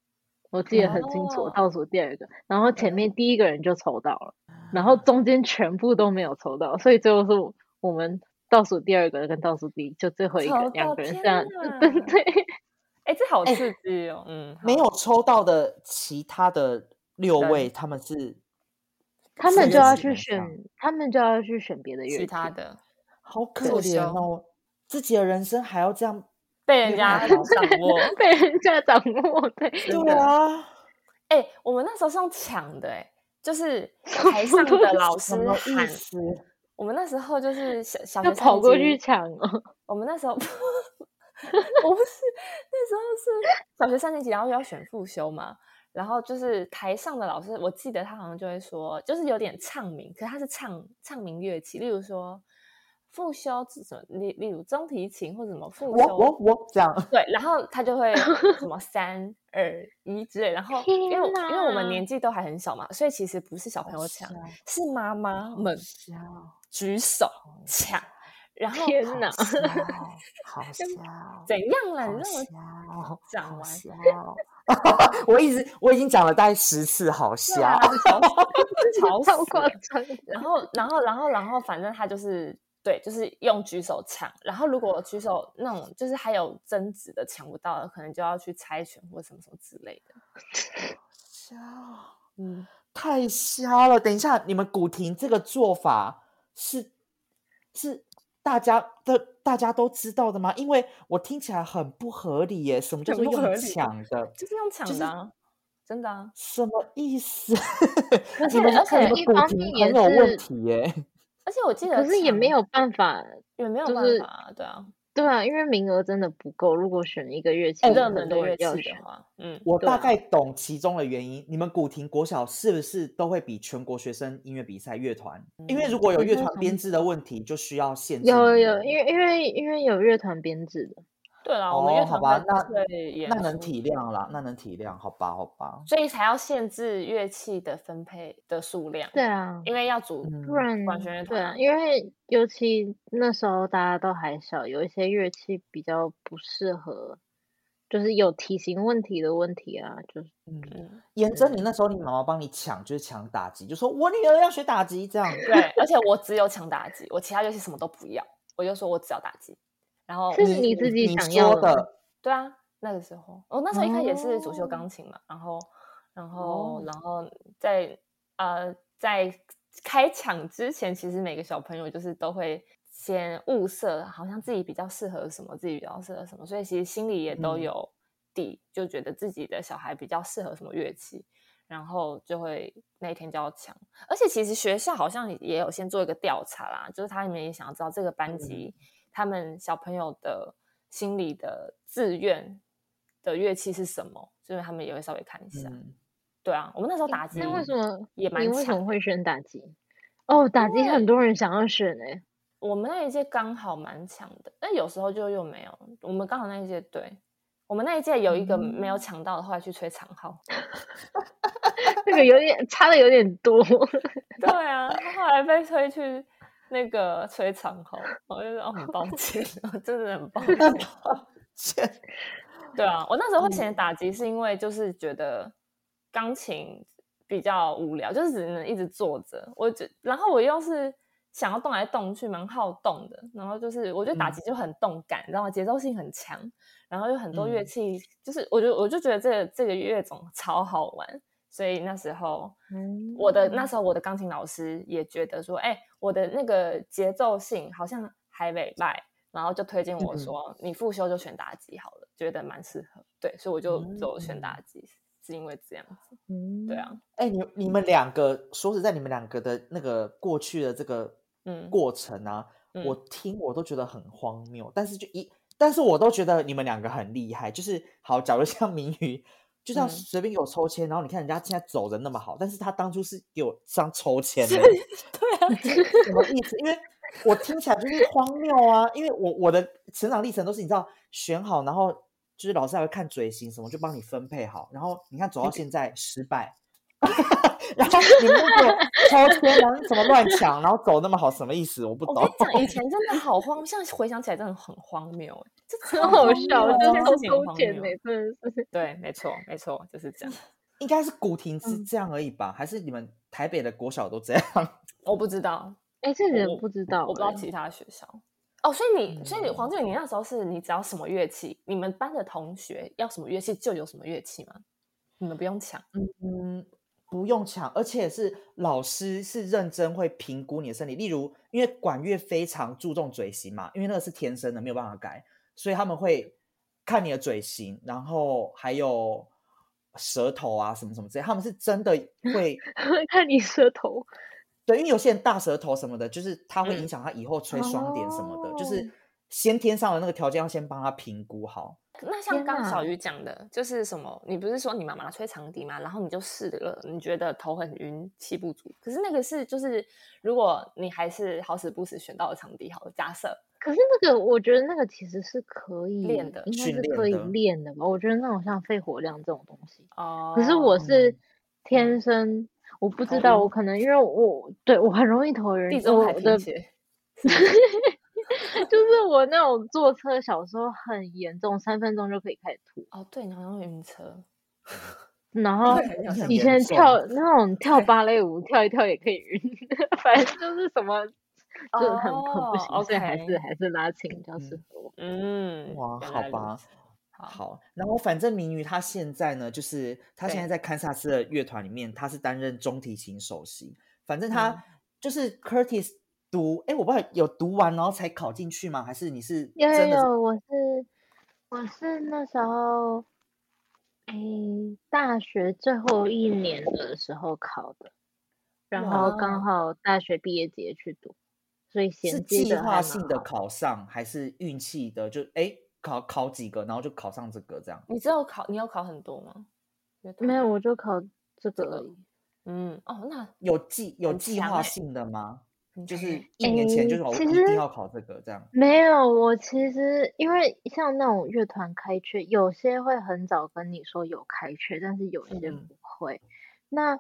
Speaker 1: 我记得很清楚，我
Speaker 2: 哦
Speaker 1: 倒数第二个，然后前面第一个人就抽到了，然
Speaker 2: 啊
Speaker 1: 后中间全部都没有抽到，所以最后是我我们倒数第二个跟倒数第一就最后一
Speaker 2: 抽
Speaker 1: 个两
Speaker 2: 到
Speaker 1: 个人
Speaker 2: 天
Speaker 1: 这样子，
Speaker 2: 哪
Speaker 1: 对 对，
Speaker 2: 哎、这好
Speaker 3: 哎
Speaker 2: 刺激哦！嗯，
Speaker 3: 没有抽到的其他的六
Speaker 2: 人
Speaker 3: 位，他们是
Speaker 1: 他
Speaker 3: 是
Speaker 1: 们
Speaker 3: 乐
Speaker 1: 就要
Speaker 3: 器
Speaker 1: 去
Speaker 3: 人
Speaker 1: 选
Speaker 3: 上，
Speaker 1: 他们就要去选别的乐
Speaker 2: 其
Speaker 1: 器，
Speaker 2: 他的
Speaker 3: 好可
Speaker 2: 作
Speaker 3: 怜
Speaker 2: 秀
Speaker 3: 哦，自己的人生还要这样，
Speaker 2: 被人
Speaker 3: 没
Speaker 2: 家
Speaker 3: 办法
Speaker 2: 掌握。
Speaker 1: 被人家掌握，对，
Speaker 2: 真
Speaker 3: 对
Speaker 2: 的
Speaker 3: 啊，
Speaker 2: 哎、我们那时候是用抢的、哎，就是
Speaker 1: 什
Speaker 2: 台
Speaker 1: 么
Speaker 2: 上
Speaker 1: 东
Speaker 2: 的老
Speaker 3: 什
Speaker 2: 师
Speaker 3: 么意
Speaker 2: 喊，
Speaker 3: 思？
Speaker 2: 我们那时候就 是小小学
Speaker 1: 要
Speaker 2: 生
Speaker 1: 跑
Speaker 2: 已
Speaker 1: 过
Speaker 2: 经
Speaker 1: 去抢哦，
Speaker 2: 我们那时候 不是那时候是小学三年级，然后要选复修嘛。然后就是台上的老师，我记得他好像就会说，就是有点唱名，可是他是唱唱名乐器，例如说复修是什么，例例如中提琴或者什么复
Speaker 3: 我
Speaker 2: 修，
Speaker 3: 我我这样，
Speaker 2: 对，然后他就会什 么三二一之类。然后因为我
Speaker 1: 天
Speaker 2: 因为我们
Speaker 1: 哪
Speaker 2: 年纪都还很小嘛，所以其实不是小朋友哎抢，是妈妈们
Speaker 3: 笑，
Speaker 2: 举手抢。然后
Speaker 1: 哦天
Speaker 3: 好
Speaker 1: 哪！
Speaker 3: 笑，好笑，
Speaker 2: 怎样啦？
Speaker 3: 好
Speaker 2: 你让我
Speaker 3: 笑，
Speaker 2: 讲
Speaker 3: 好
Speaker 2: 完
Speaker 3: 笑。我一直我已经讲了大概十次，好
Speaker 2: 对啊
Speaker 3: 笑，
Speaker 2: 吵死吵
Speaker 1: 超
Speaker 2: 死
Speaker 1: 夸
Speaker 2: 了。
Speaker 1: 张的，
Speaker 2: 然后，然后，然后，然后，反正他就是对，就是用举手抢。然后，如果举手那种就是还有争执的抢不到的，可能就要去猜拳或什么什么之类的。
Speaker 3: 笑，
Speaker 2: 嗯，
Speaker 3: 太瞎了。等一下，你们古亭这个做法是是大家的大家都知道的吗？因为我听起来很不合理耶，什么叫
Speaker 2: 很
Speaker 3: 做
Speaker 2: 不合
Speaker 3: 用
Speaker 2: 理
Speaker 3: 抢的？
Speaker 2: 就是用抢
Speaker 3: 就是
Speaker 2: 的、啊，真的啊。
Speaker 3: 什么意思？
Speaker 2: 而
Speaker 3: 你们
Speaker 2: 且而且
Speaker 3: 你们
Speaker 1: 一
Speaker 3: 古
Speaker 1: 方
Speaker 3: 亭
Speaker 1: 面
Speaker 3: 很
Speaker 1: 也
Speaker 3: 有问
Speaker 1: 是
Speaker 3: 题耶。
Speaker 2: 而且我记得，
Speaker 1: 可是也没有办法，
Speaker 2: 也没有
Speaker 1: 就
Speaker 2: 办
Speaker 1: 是
Speaker 2: 法啊、对啊，
Speaker 1: 对啊，因为名额真的不够。如果选一个乐器，
Speaker 2: 热
Speaker 1: 很
Speaker 2: 门的
Speaker 1: 多
Speaker 2: 乐
Speaker 1: 人要
Speaker 2: 器的
Speaker 1: 选，
Speaker 2: 话，嗯，
Speaker 3: 我
Speaker 1: 对
Speaker 3: 大
Speaker 1: 啊
Speaker 3: 概懂其中的原因。你们古亭国小是不是都会比全国学生音乐比赛乐团？因为如果有
Speaker 1: 好
Speaker 3: 乐
Speaker 1: 像
Speaker 3: 团
Speaker 1: 好
Speaker 3: 编制的问题，就需要限制名
Speaker 1: 有
Speaker 3: 额。
Speaker 1: 有有，因为因为因为有乐团编制的，
Speaker 2: 对啦，我们乐
Speaker 3: 哦好
Speaker 2: 团
Speaker 3: 吧
Speaker 2: 会
Speaker 3: 那
Speaker 2: 会演
Speaker 3: 那能
Speaker 2: 出
Speaker 3: 体谅啦，那能体谅，好吧，好吧。
Speaker 2: 所以才要限制乐器的分配的数量。
Speaker 1: 对啊，
Speaker 2: 因为要组
Speaker 3: 嗯
Speaker 1: 不然
Speaker 2: 管弦乐
Speaker 1: 对啊，
Speaker 2: 团
Speaker 1: 因为尤其那时候大家都还小，有一些乐器比较不适合，就是有体型问题的问题啊，就是
Speaker 2: 嗯，
Speaker 3: 颜真，你那时候你妈妈帮你抢，就是抢打击，就说我女儿要学打击 这样。
Speaker 2: 对，而且我只有抢打击，我其他乐器什么都不要，我就说我只要打击。然后
Speaker 1: 是
Speaker 3: 你
Speaker 1: 你自己
Speaker 3: 你
Speaker 1: 想
Speaker 3: 说
Speaker 1: 要的
Speaker 3: 的，
Speaker 2: 对啊，那个时候我、那时候一开始也是主修钢琴嘛，然后然后、
Speaker 3: 哦
Speaker 2: 然后在呃在开场之前，其实每个小朋友就是都会。先物色，好像自己比较适合什么，自己比较适合什么，所以其实心里也都
Speaker 3: 嗯
Speaker 2: 有底，就觉得自己的小孩比较适合什么乐器，然后就会那一天就要抢。而且其实学校好像也有先做一个调查啦，就是他们也想要知道这个
Speaker 3: 嗯
Speaker 2: 班级、他们小朋友的心理的志愿的乐器是什么，所以他们也会稍微看一下。
Speaker 3: 嗯，
Speaker 2: 对啊，我们那时候打击
Speaker 1: 那为什么
Speaker 2: 也
Speaker 1: 你
Speaker 2: 蛮
Speaker 1: 为什
Speaker 2: 强
Speaker 1: 么会选打击？哦，打击很多人想要选欸诶、
Speaker 2: 我们那一届刚好蛮强的，但有时候就又没有。我们刚好那一届对。我们那一届有一个
Speaker 1: 嗯
Speaker 2: 没有抢到的，后来去吹长号。
Speaker 1: 这个有点差的有点多，
Speaker 2: 对啊，他后来被推去那个吹长号，我就说哦，很抱歉， 我真的很抱歉。
Speaker 3: 切
Speaker 2: 对啊，我那时候会
Speaker 3: 嗯
Speaker 2: 选打击，是因为就是觉得钢琴比较无聊，就是只能一直坐着。我觉，然后我又是想要动来动去，蛮好动的。然后就是我觉得打
Speaker 3: 嗯
Speaker 2: 击就很动感，然后节奏性很强，然后有很多乐
Speaker 3: 嗯
Speaker 2: 器，就是我就我就觉得这个这个乐种超好玩。所以那时候，嗯我的那时候我的钢琴老师也觉得说，哎、我的那个节奏性好像台北拜，然后就推荐
Speaker 1: 嗯
Speaker 2: 我说，你复修就选打击好了，觉得蛮适合。对，所以我就走选打击，是因为这样子。
Speaker 1: 嗯，
Speaker 2: 对 啊，
Speaker 3: 哎、你你们两个说实在，你们两个的那个过去的这个
Speaker 2: 嗯
Speaker 3: 过程啊，
Speaker 2: 嗯
Speaker 3: 我听我都觉得很荒谬，但是就一，但是我都觉得你们两个很厉害。就是好，假如像明宇，就这样
Speaker 2: 嗯
Speaker 3: 随便给我抽签，然后你看人家现在走的那么好，但是他当初是给我上抽签的，什么意思？因为我听起来就是荒谬啊，因为我我的成长历程都是你知道选好，然后就是老师还会看嘴型什么，就帮你分配好，然后你看走到现在失 败。然后你们如果抽签，然后什么乱抢，然后走那么好，什么意思？我不
Speaker 2: 我
Speaker 3: 懂。
Speaker 2: 跟你讲，以前真的好荒，现在回想起来真的很荒谬、欸，这
Speaker 1: 很啊
Speaker 2: 超
Speaker 1: 好
Speaker 2: 荒
Speaker 1: 笑，
Speaker 2: 谬
Speaker 1: 就是
Speaker 2: 这件
Speaker 1: 偷
Speaker 2: 事情很
Speaker 1: 偷
Speaker 2: 荒
Speaker 1: 剪
Speaker 2: 谬
Speaker 1: 呢，真的是。
Speaker 2: 对，没错，没错，就是这样。
Speaker 3: 应该是古亭是这样而已吧？还是你们台北的国小都这样？
Speaker 2: 我不知道，
Speaker 1: 哎，这人
Speaker 2: 我
Speaker 1: 不知道，哎
Speaker 2: 我不知道其他学校。哦，所以
Speaker 1: 嗯
Speaker 2: 你，所以你黄志远，你那时候是你只要什么乐器，你们班的同学要什么乐器就有什么乐器吗？你们不用抢，
Speaker 3: 嗯，不用抢，而且是老师是认真会评估你的身体。例如，因为管乐非常注重嘴型嘛，因为那个是天生的，没有办法改，所以他们会看你的嘴型，然后还有舌头啊什么什么之类，他们是真的会。
Speaker 1: 看你舌头，
Speaker 3: 对，因为有些人大舌头什么的，就是他会
Speaker 2: 嗯
Speaker 3: 影响他以后吹双点什么的，就
Speaker 1: 哦
Speaker 3: 是先天上的那个条件要先帮他评估好。
Speaker 2: 那像
Speaker 1: 天
Speaker 2: 刚小
Speaker 1: 哪
Speaker 2: 鱼讲的，就是什么？你不是说你妈妈吹长笛吗？然后你就试了，你觉得头很晕，气不足。可是那个是就是，如果你还是好死不死选到了长笛，好了，假设
Speaker 1: 可是那个我觉得那个其实是可以
Speaker 2: 练的
Speaker 1: 应该
Speaker 3: 训
Speaker 1: 是
Speaker 3: 练
Speaker 1: 可以
Speaker 3: 的
Speaker 1: 练的吧？我觉得那种像肺活量这种东西，
Speaker 2: 哦，
Speaker 1: 可是我是
Speaker 3: 嗯
Speaker 1: 天生，我不知
Speaker 2: 头
Speaker 1: 道，我
Speaker 2: 晕
Speaker 1: 可能因为我对我很容易头晕，
Speaker 2: 地中海
Speaker 1: 我的
Speaker 2: 贫血，
Speaker 1: 就是我那种坐车小时候很严重，三分钟就可以开始吐，
Speaker 2: 哦，对，你好像有晕车，
Speaker 1: 然后
Speaker 2: 对很有
Speaker 3: 哦你
Speaker 2: 像
Speaker 1: 以
Speaker 3: 严
Speaker 1: 前
Speaker 3: 重
Speaker 1: 跳那种跳芭蕾舞，跳一跳也可以晕， 反正就是什么。就是很很不
Speaker 2: 哦
Speaker 1: 行所以还是
Speaker 2: OK
Speaker 1: 还是拉琴比较适
Speaker 3: 嗯
Speaker 1: 合我。
Speaker 2: 嗯，
Speaker 3: 哇，
Speaker 2: 原
Speaker 3: 好
Speaker 2: 来如
Speaker 3: 吧
Speaker 2: 此，，好，
Speaker 3: 好，然后反正明宇他现在呢，就是他现
Speaker 2: 对
Speaker 3: 在在堪萨斯的乐团里面，他是担任中提琴首席。反正他、
Speaker 2: 嗯
Speaker 3: 就是 Curtis 读，哎，我不知道有读完然后才考进去吗？还是你是
Speaker 1: 有有
Speaker 3: 真的是
Speaker 1: 有，我是我是那时候，诶，大学最后一年的时候考的，然后刚好大学毕业节去读，所以衔
Speaker 3: 是
Speaker 1: 接
Speaker 3: 计
Speaker 1: 的
Speaker 3: 划性的考上，还是运气的？就哎考考几个，然后就考上这个这样。
Speaker 2: 你知道考你有考很多吗？乐团
Speaker 1: 没有，，我就考这个而已。
Speaker 2: 嗯，哦，那
Speaker 3: 有计有
Speaker 2: 很
Speaker 3: 计
Speaker 2: 强
Speaker 3: 划
Speaker 2: 欸
Speaker 3: 性的吗？
Speaker 2: 很
Speaker 3: 就
Speaker 2: 强
Speaker 3: 是
Speaker 2: 欸
Speaker 3: 一年前就
Speaker 1: 诶
Speaker 3: 是我
Speaker 1: 其
Speaker 3: 一定
Speaker 1: 实
Speaker 3: 要考这个这样。
Speaker 1: 没有，我其实因为像那种乐团开缺，有些会很早跟你说有开缺，但是有些
Speaker 3: 嗯
Speaker 1: 不会。那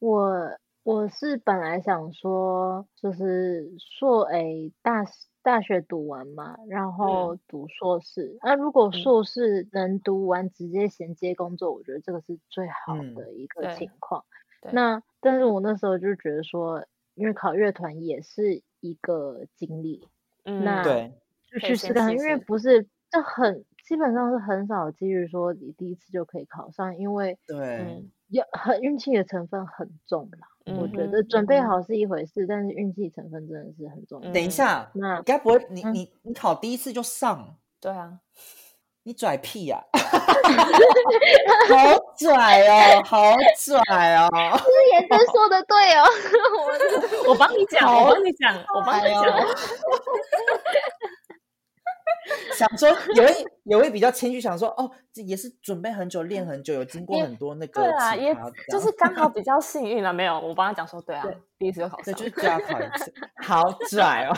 Speaker 1: 我我是本来想说，就是硕诶大大学读完嘛，然后读硕士。那、如果硕士能读完直接衔接工作，我觉得这个是最好
Speaker 3: 嗯
Speaker 1: 的一个
Speaker 2: 对
Speaker 1: 情况。
Speaker 2: 对
Speaker 1: 那但是我那时候就觉得说，因为考乐团也是一个经历，那
Speaker 2: 嗯
Speaker 3: 对，
Speaker 1: 就
Speaker 2: 可以
Speaker 1: 去
Speaker 2: 先
Speaker 1: 试看，
Speaker 2: 试
Speaker 1: 因为
Speaker 2: 试
Speaker 1: 不是这很基本上是很少的几率说你第一次就可以考上，因为
Speaker 3: 对，
Speaker 2: 嗯
Speaker 1: 要很运气的成分很重啦。我觉
Speaker 2: 嗯
Speaker 1: 得
Speaker 2: 哼
Speaker 1: 准备
Speaker 3: 嗯
Speaker 1: 好是一回事，但是运气成分真的是很重要。
Speaker 3: 等一
Speaker 2: 嗯
Speaker 3: 下，
Speaker 1: 那
Speaker 3: 你该不会你
Speaker 1: 嗯
Speaker 3: 你你考第一次就上？
Speaker 2: 对啊，
Speaker 3: 你拽屁呀、 好拽哦，好拽哦！
Speaker 1: 是妍真说的对哦，我
Speaker 2: 我帮你讲，
Speaker 3: 好
Speaker 2: 我帮你讲，我帮你
Speaker 3: 哎呦
Speaker 2: 讲，
Speaker 3: 想说有位有位比较谦虚，想说哦，这也是准备很久、练很久，有经过
Speaker 2: 也
Speaker 3: 很多那个
Speaker 2: 对啦，
Speaker 3: 奇
Speaker 2: 也
Speaker 3: 葩这
Speaker 2: 就
Speaker 3: 样
Speaker 2: 是刚好比较幸运了，没有，我帮他讲说，对啊
Speaker 3: 对，
Speaker 2: 第一次就考
Speaker 3: 对，
Speaker 2: 上
Speaker 3: 就，是只要考一次，好拽哦！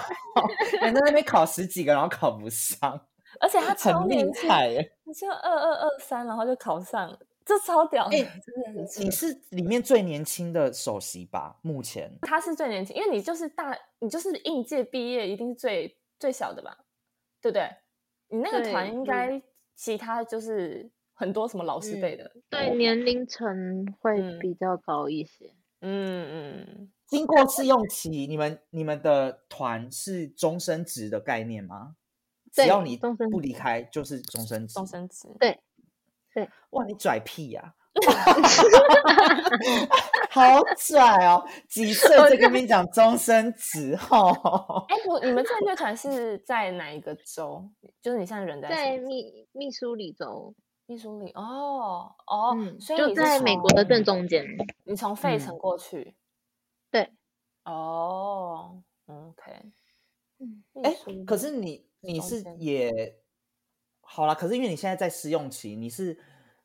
Speaker 3: 人在那边考十几个，然后考不上，
Speaker 2: 而且他超
Speaker 3: 很厉
Speaker 2: 年轻，
Speaker 3: 害耶！
Speaker 2: 你就二二二三，然后就考上了，这超屌的，
Speaker 3: 哎
Speaker 2: 真的很扯
Speaker 3: 你是里面最年轻的首席吧？目前
Speaker 2: 他是最年轻，因为你就是大，你就是应届毕业，一定是最最小的吧，对不对？你那个
Speaker 1: 对
Speaker 2: 团应
Speaker 1: 嗯
Speaker 2: 该其他就是很多什么老师辈
Speaker 3: 嗯
Speaker 2: 的，
Speaker 1: 对年龄层会
Speaker 2: 嗯
Speaker 1: 比较高一些。
Speaker 2: 嗯嗯，
Speaker 3: 经过试用期，你们你们的团是终身职的概念吗？只
Speaker 1: 对
Speaker 3: 要你
Speaker 1: 终身
Speaker 3: 不
Speaker 1: 职
Speaker 3: 离开，就是终身职。
Speaker 2: 终身职，
Speaker 1: 对
Speaker 3: 哇，你拽屁呀、好拽哦！几岁就跟你讲终身职哦，
Speaker 2: 哎，我你们这个乐 团是在哪一个州？就是你现在人在什
Speaker 1: 在
Speaker 2: 么
Speaker 1: 密密苏里州，
Speaker 2: 密苏里哦哦，
Speaker 1: 嗯，
Speaker 2: 所以
Speaker 1: 就
Speaker 2: 你是
Speaker 1: 在美国的正中间。
Speaker 2: 你从费
Speaker 3: 嗯
Speaker 2: 城过去，
Speaker 1: 对，
Speaker 2: 哦，OK，
Speaker 1: 嗯
Speaker 2: 密
Speaker 3: 哎
Speaker 2: 苏里，
Speaker 3: 可是你你
Speaker 2: 中
Speaker 3: 是
Speaker 2: 间
Speaker 3: 也好啦，可是因为你现在在试用期，你是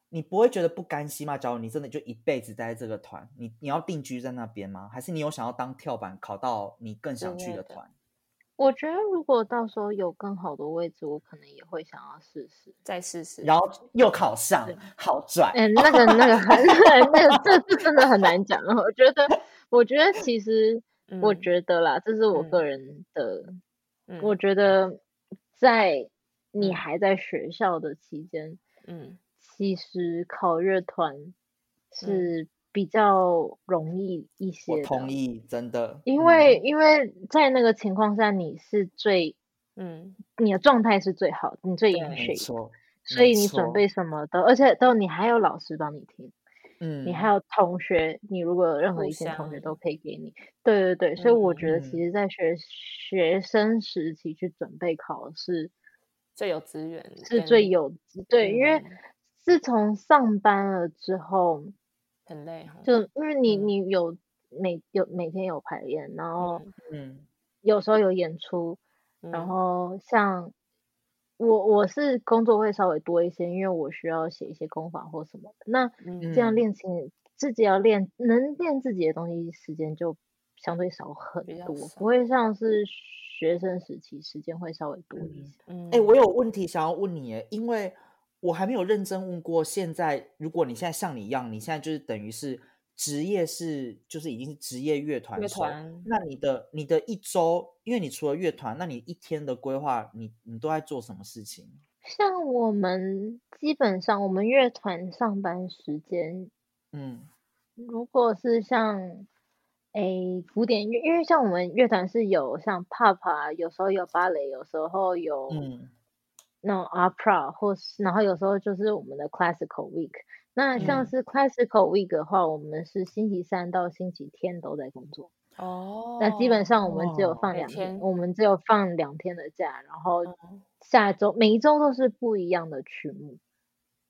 Speaker 3: 你不会觉得不甘心吗？假如你真的就一辈子待在这个团，你你要定居在那边吗？还是你有想要当跳板，考到你更想
Speaker 2: 之
Speaker 3: 去
Speaker 2: 类
Speaker 3: 的
Speaker 2: 的
Speaker 3: 团？
Speaker 1: 我觉得如果到时候有更好的位置，我可能也会想要试试。
Speaker 2: 再试试，
Speaker 3: 然后又考上，好拽！
Speaker 1: 嗯，那个那个很 那个这这真的很难讲。哦我觉得，我觉得其 实我
Speaker 2: 嗯
Speaker 1: 觉得啦，这是我
Speaker 2: 嗯
Speaker 1: 个人的
Speaker 2: 嗯
Speaker 1: 我觉得在你
Speaker 2: 嗯
Speaker 1: 还在学校的期间，
Speaker 2: 嗯
Speaker 1: 其实考乐
Speaker 3: 嗯
Speaker 1: 团是比较容易一些
Speaker 3: 我
Speaker 1: 的，
Speaker 3: 同意，真的，
Speaker 1: 因
Speaker 3: 嗯
Speaker 1: 为、因为在那个情况下，你是最
Speaker 2: 嗯
Speaker 1: 你的状态是最好的，你最
Speaker 2: 对
Speaker 1: 允
Speaker 3: 没
Speaker 1: 许，
Speaker 3: 错，
Speaker 1: 所以
Speaker 3: 没
Speaker 1: 你准
Speaker 3: 错
Speaker 1: 备什么都，而且都你还有老师帮你听，
Speaker 3: 嗯，
Speaker 1: 你还有同学，你如果有任何
Speaker 2: 互
Speaker 1: 意见，同学
Speaker 2: 相
Speaker 1: 都可以给你。对对对，所以我觉得
Speaker 3: 嗯
Speaker 1: 其实，在学学生时期去准备考试。
Speaker 2: 最有资源
Speaker 1: 是
Speaker 2: 跟
Speaker 1: 最有对，因为
Speaker 2: 嗯
Speaker 1: 自从上班了之后，
Speaker 2: 很累哈，
Speaker 1: 就因为你
Speaker 2: 嗯
Speaker 1: 你有每有每天有排练，然后
Speaker 3: 嗯
Speaker 1: 有时候有演出，然
Speaker 2: 嗯
Speaker 1: 后像我我是工作会稍微多一些，因为我需要写一些功法或什么的。那
Speaker 2: 嗯
Speaker 1: 这样
Speaker 3: 嗯
Speaker 1: 练琴自己要练，能练自己的东西时间就相对少很
Speaker 2: 比较
Speaker 1: 多，
Speaker 2: 少嗯
Speaker 1: 不会像是学生时期时间会稍微多一
Speaker 3: 嗯
Speaker 1: 些。
Speaker 2: 嗯，
Speaker 3: 哎、我有问题想要问你耶，因为我还没有认真问过。现在，如果你现在像你一样，你现在就是等于是职业是，就是已经是职业乐团
Speaker 2: 乐
Speaker 3: 手，
Speaker 2: 团
Speaker 3: 那你的你的一周，因为你除了乐团，那你一天的规划，你你都在做什么事情？
Speaker 1: 像我们基本上，我们乐团上班时间，
Speaker 3: 嗯
Speaker 1: 如果是像诶古典乐，因为像我们乐团是有像 pop 啊，有时候有芭蕾，有时候有
Speaker 3: 嗯
Speaker 1: 那种 opera，或是然后有时候就是我们的 classical week。那像
Speaker 3: 嗯
Speaker 1: 是 classical week 的话，我们是星期三到星期天都在工作。
Speaker 2: 哦，
Speaker 1: 那基本上我们只有
Speaker 3: 哦
Speaker 1: 放
Speaker 2: 每
Speaker 1: 两天，
Speaker 2: 天
Speaker 1: 我们只有放两天的假，然后
Speaker 2: 嗯
Speaker 1: 下周每一周都是不一样的曲目。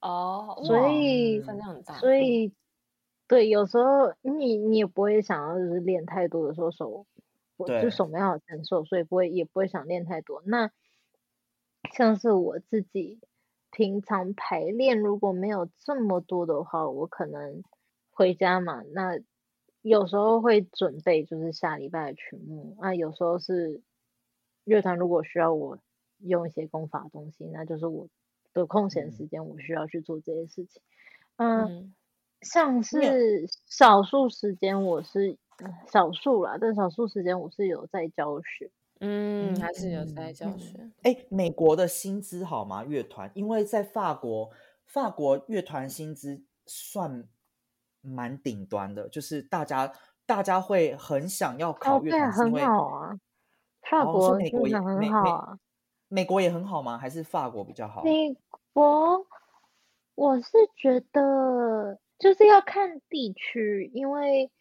Speaker 2: 哦，
Speaker 1: 所
Speaker 2: 哇
Speaker 1: 以
Speaker 2: 分量很大，
Speaker 3: 嗯
Speaker 1: 所以，对，有时候你你也不会想要就是练太多的时候手，我就
Speaker 3: 对
Speaker 1: 手没好承受，所以不会也不会想练太多。那像是我自己平常排练，如果没有这么多的话，我可能回家嘛，那有时候会准备就是下礼拜的曲目，那有时候是乐团如果需要我用一些功法的东西，那就是我的空闲
Speaker 3: 嗯
Speaker 1: 时间我需要去做这些事情。嗯，
Speaker 2: 嗯
Speaker 1: 像
Speaker 3: 因为
Speaker 1: 是少数时间我是呃少数啦，但少数时间我是有在教学。
Speaker 2: 嗯，还是有在教
Speaker 1: 嗯
Speaker 2: 学，
Speaker 3: 哎，美国的薪资好吗？乐团，因为在法国，法国乐团薪资算蛮顶端的，就是大家大家会很想要考
Speaker 1: 哦，
Speaker 3: 乐
Speaker 1: 对啊，
Speaker 3: 团，是因
Speaker 1: 很
Speaker 3: 为
Speaker 1: 好啊，法
Speaker 3: 哦，是
Speaker 1: 国
Speaker 3: 美
Speaker 1: 真
Speaker 3: 国也
Speaker 1: 的很
Speaker 3: 美
Speaker 1: 好
Speaker 3: 美
Speaker 1: 啊，
Speaker 3: 美国也很好吗？还是法国比较好？
Speaker 1: 美国我是觉得就是要看地区，因为。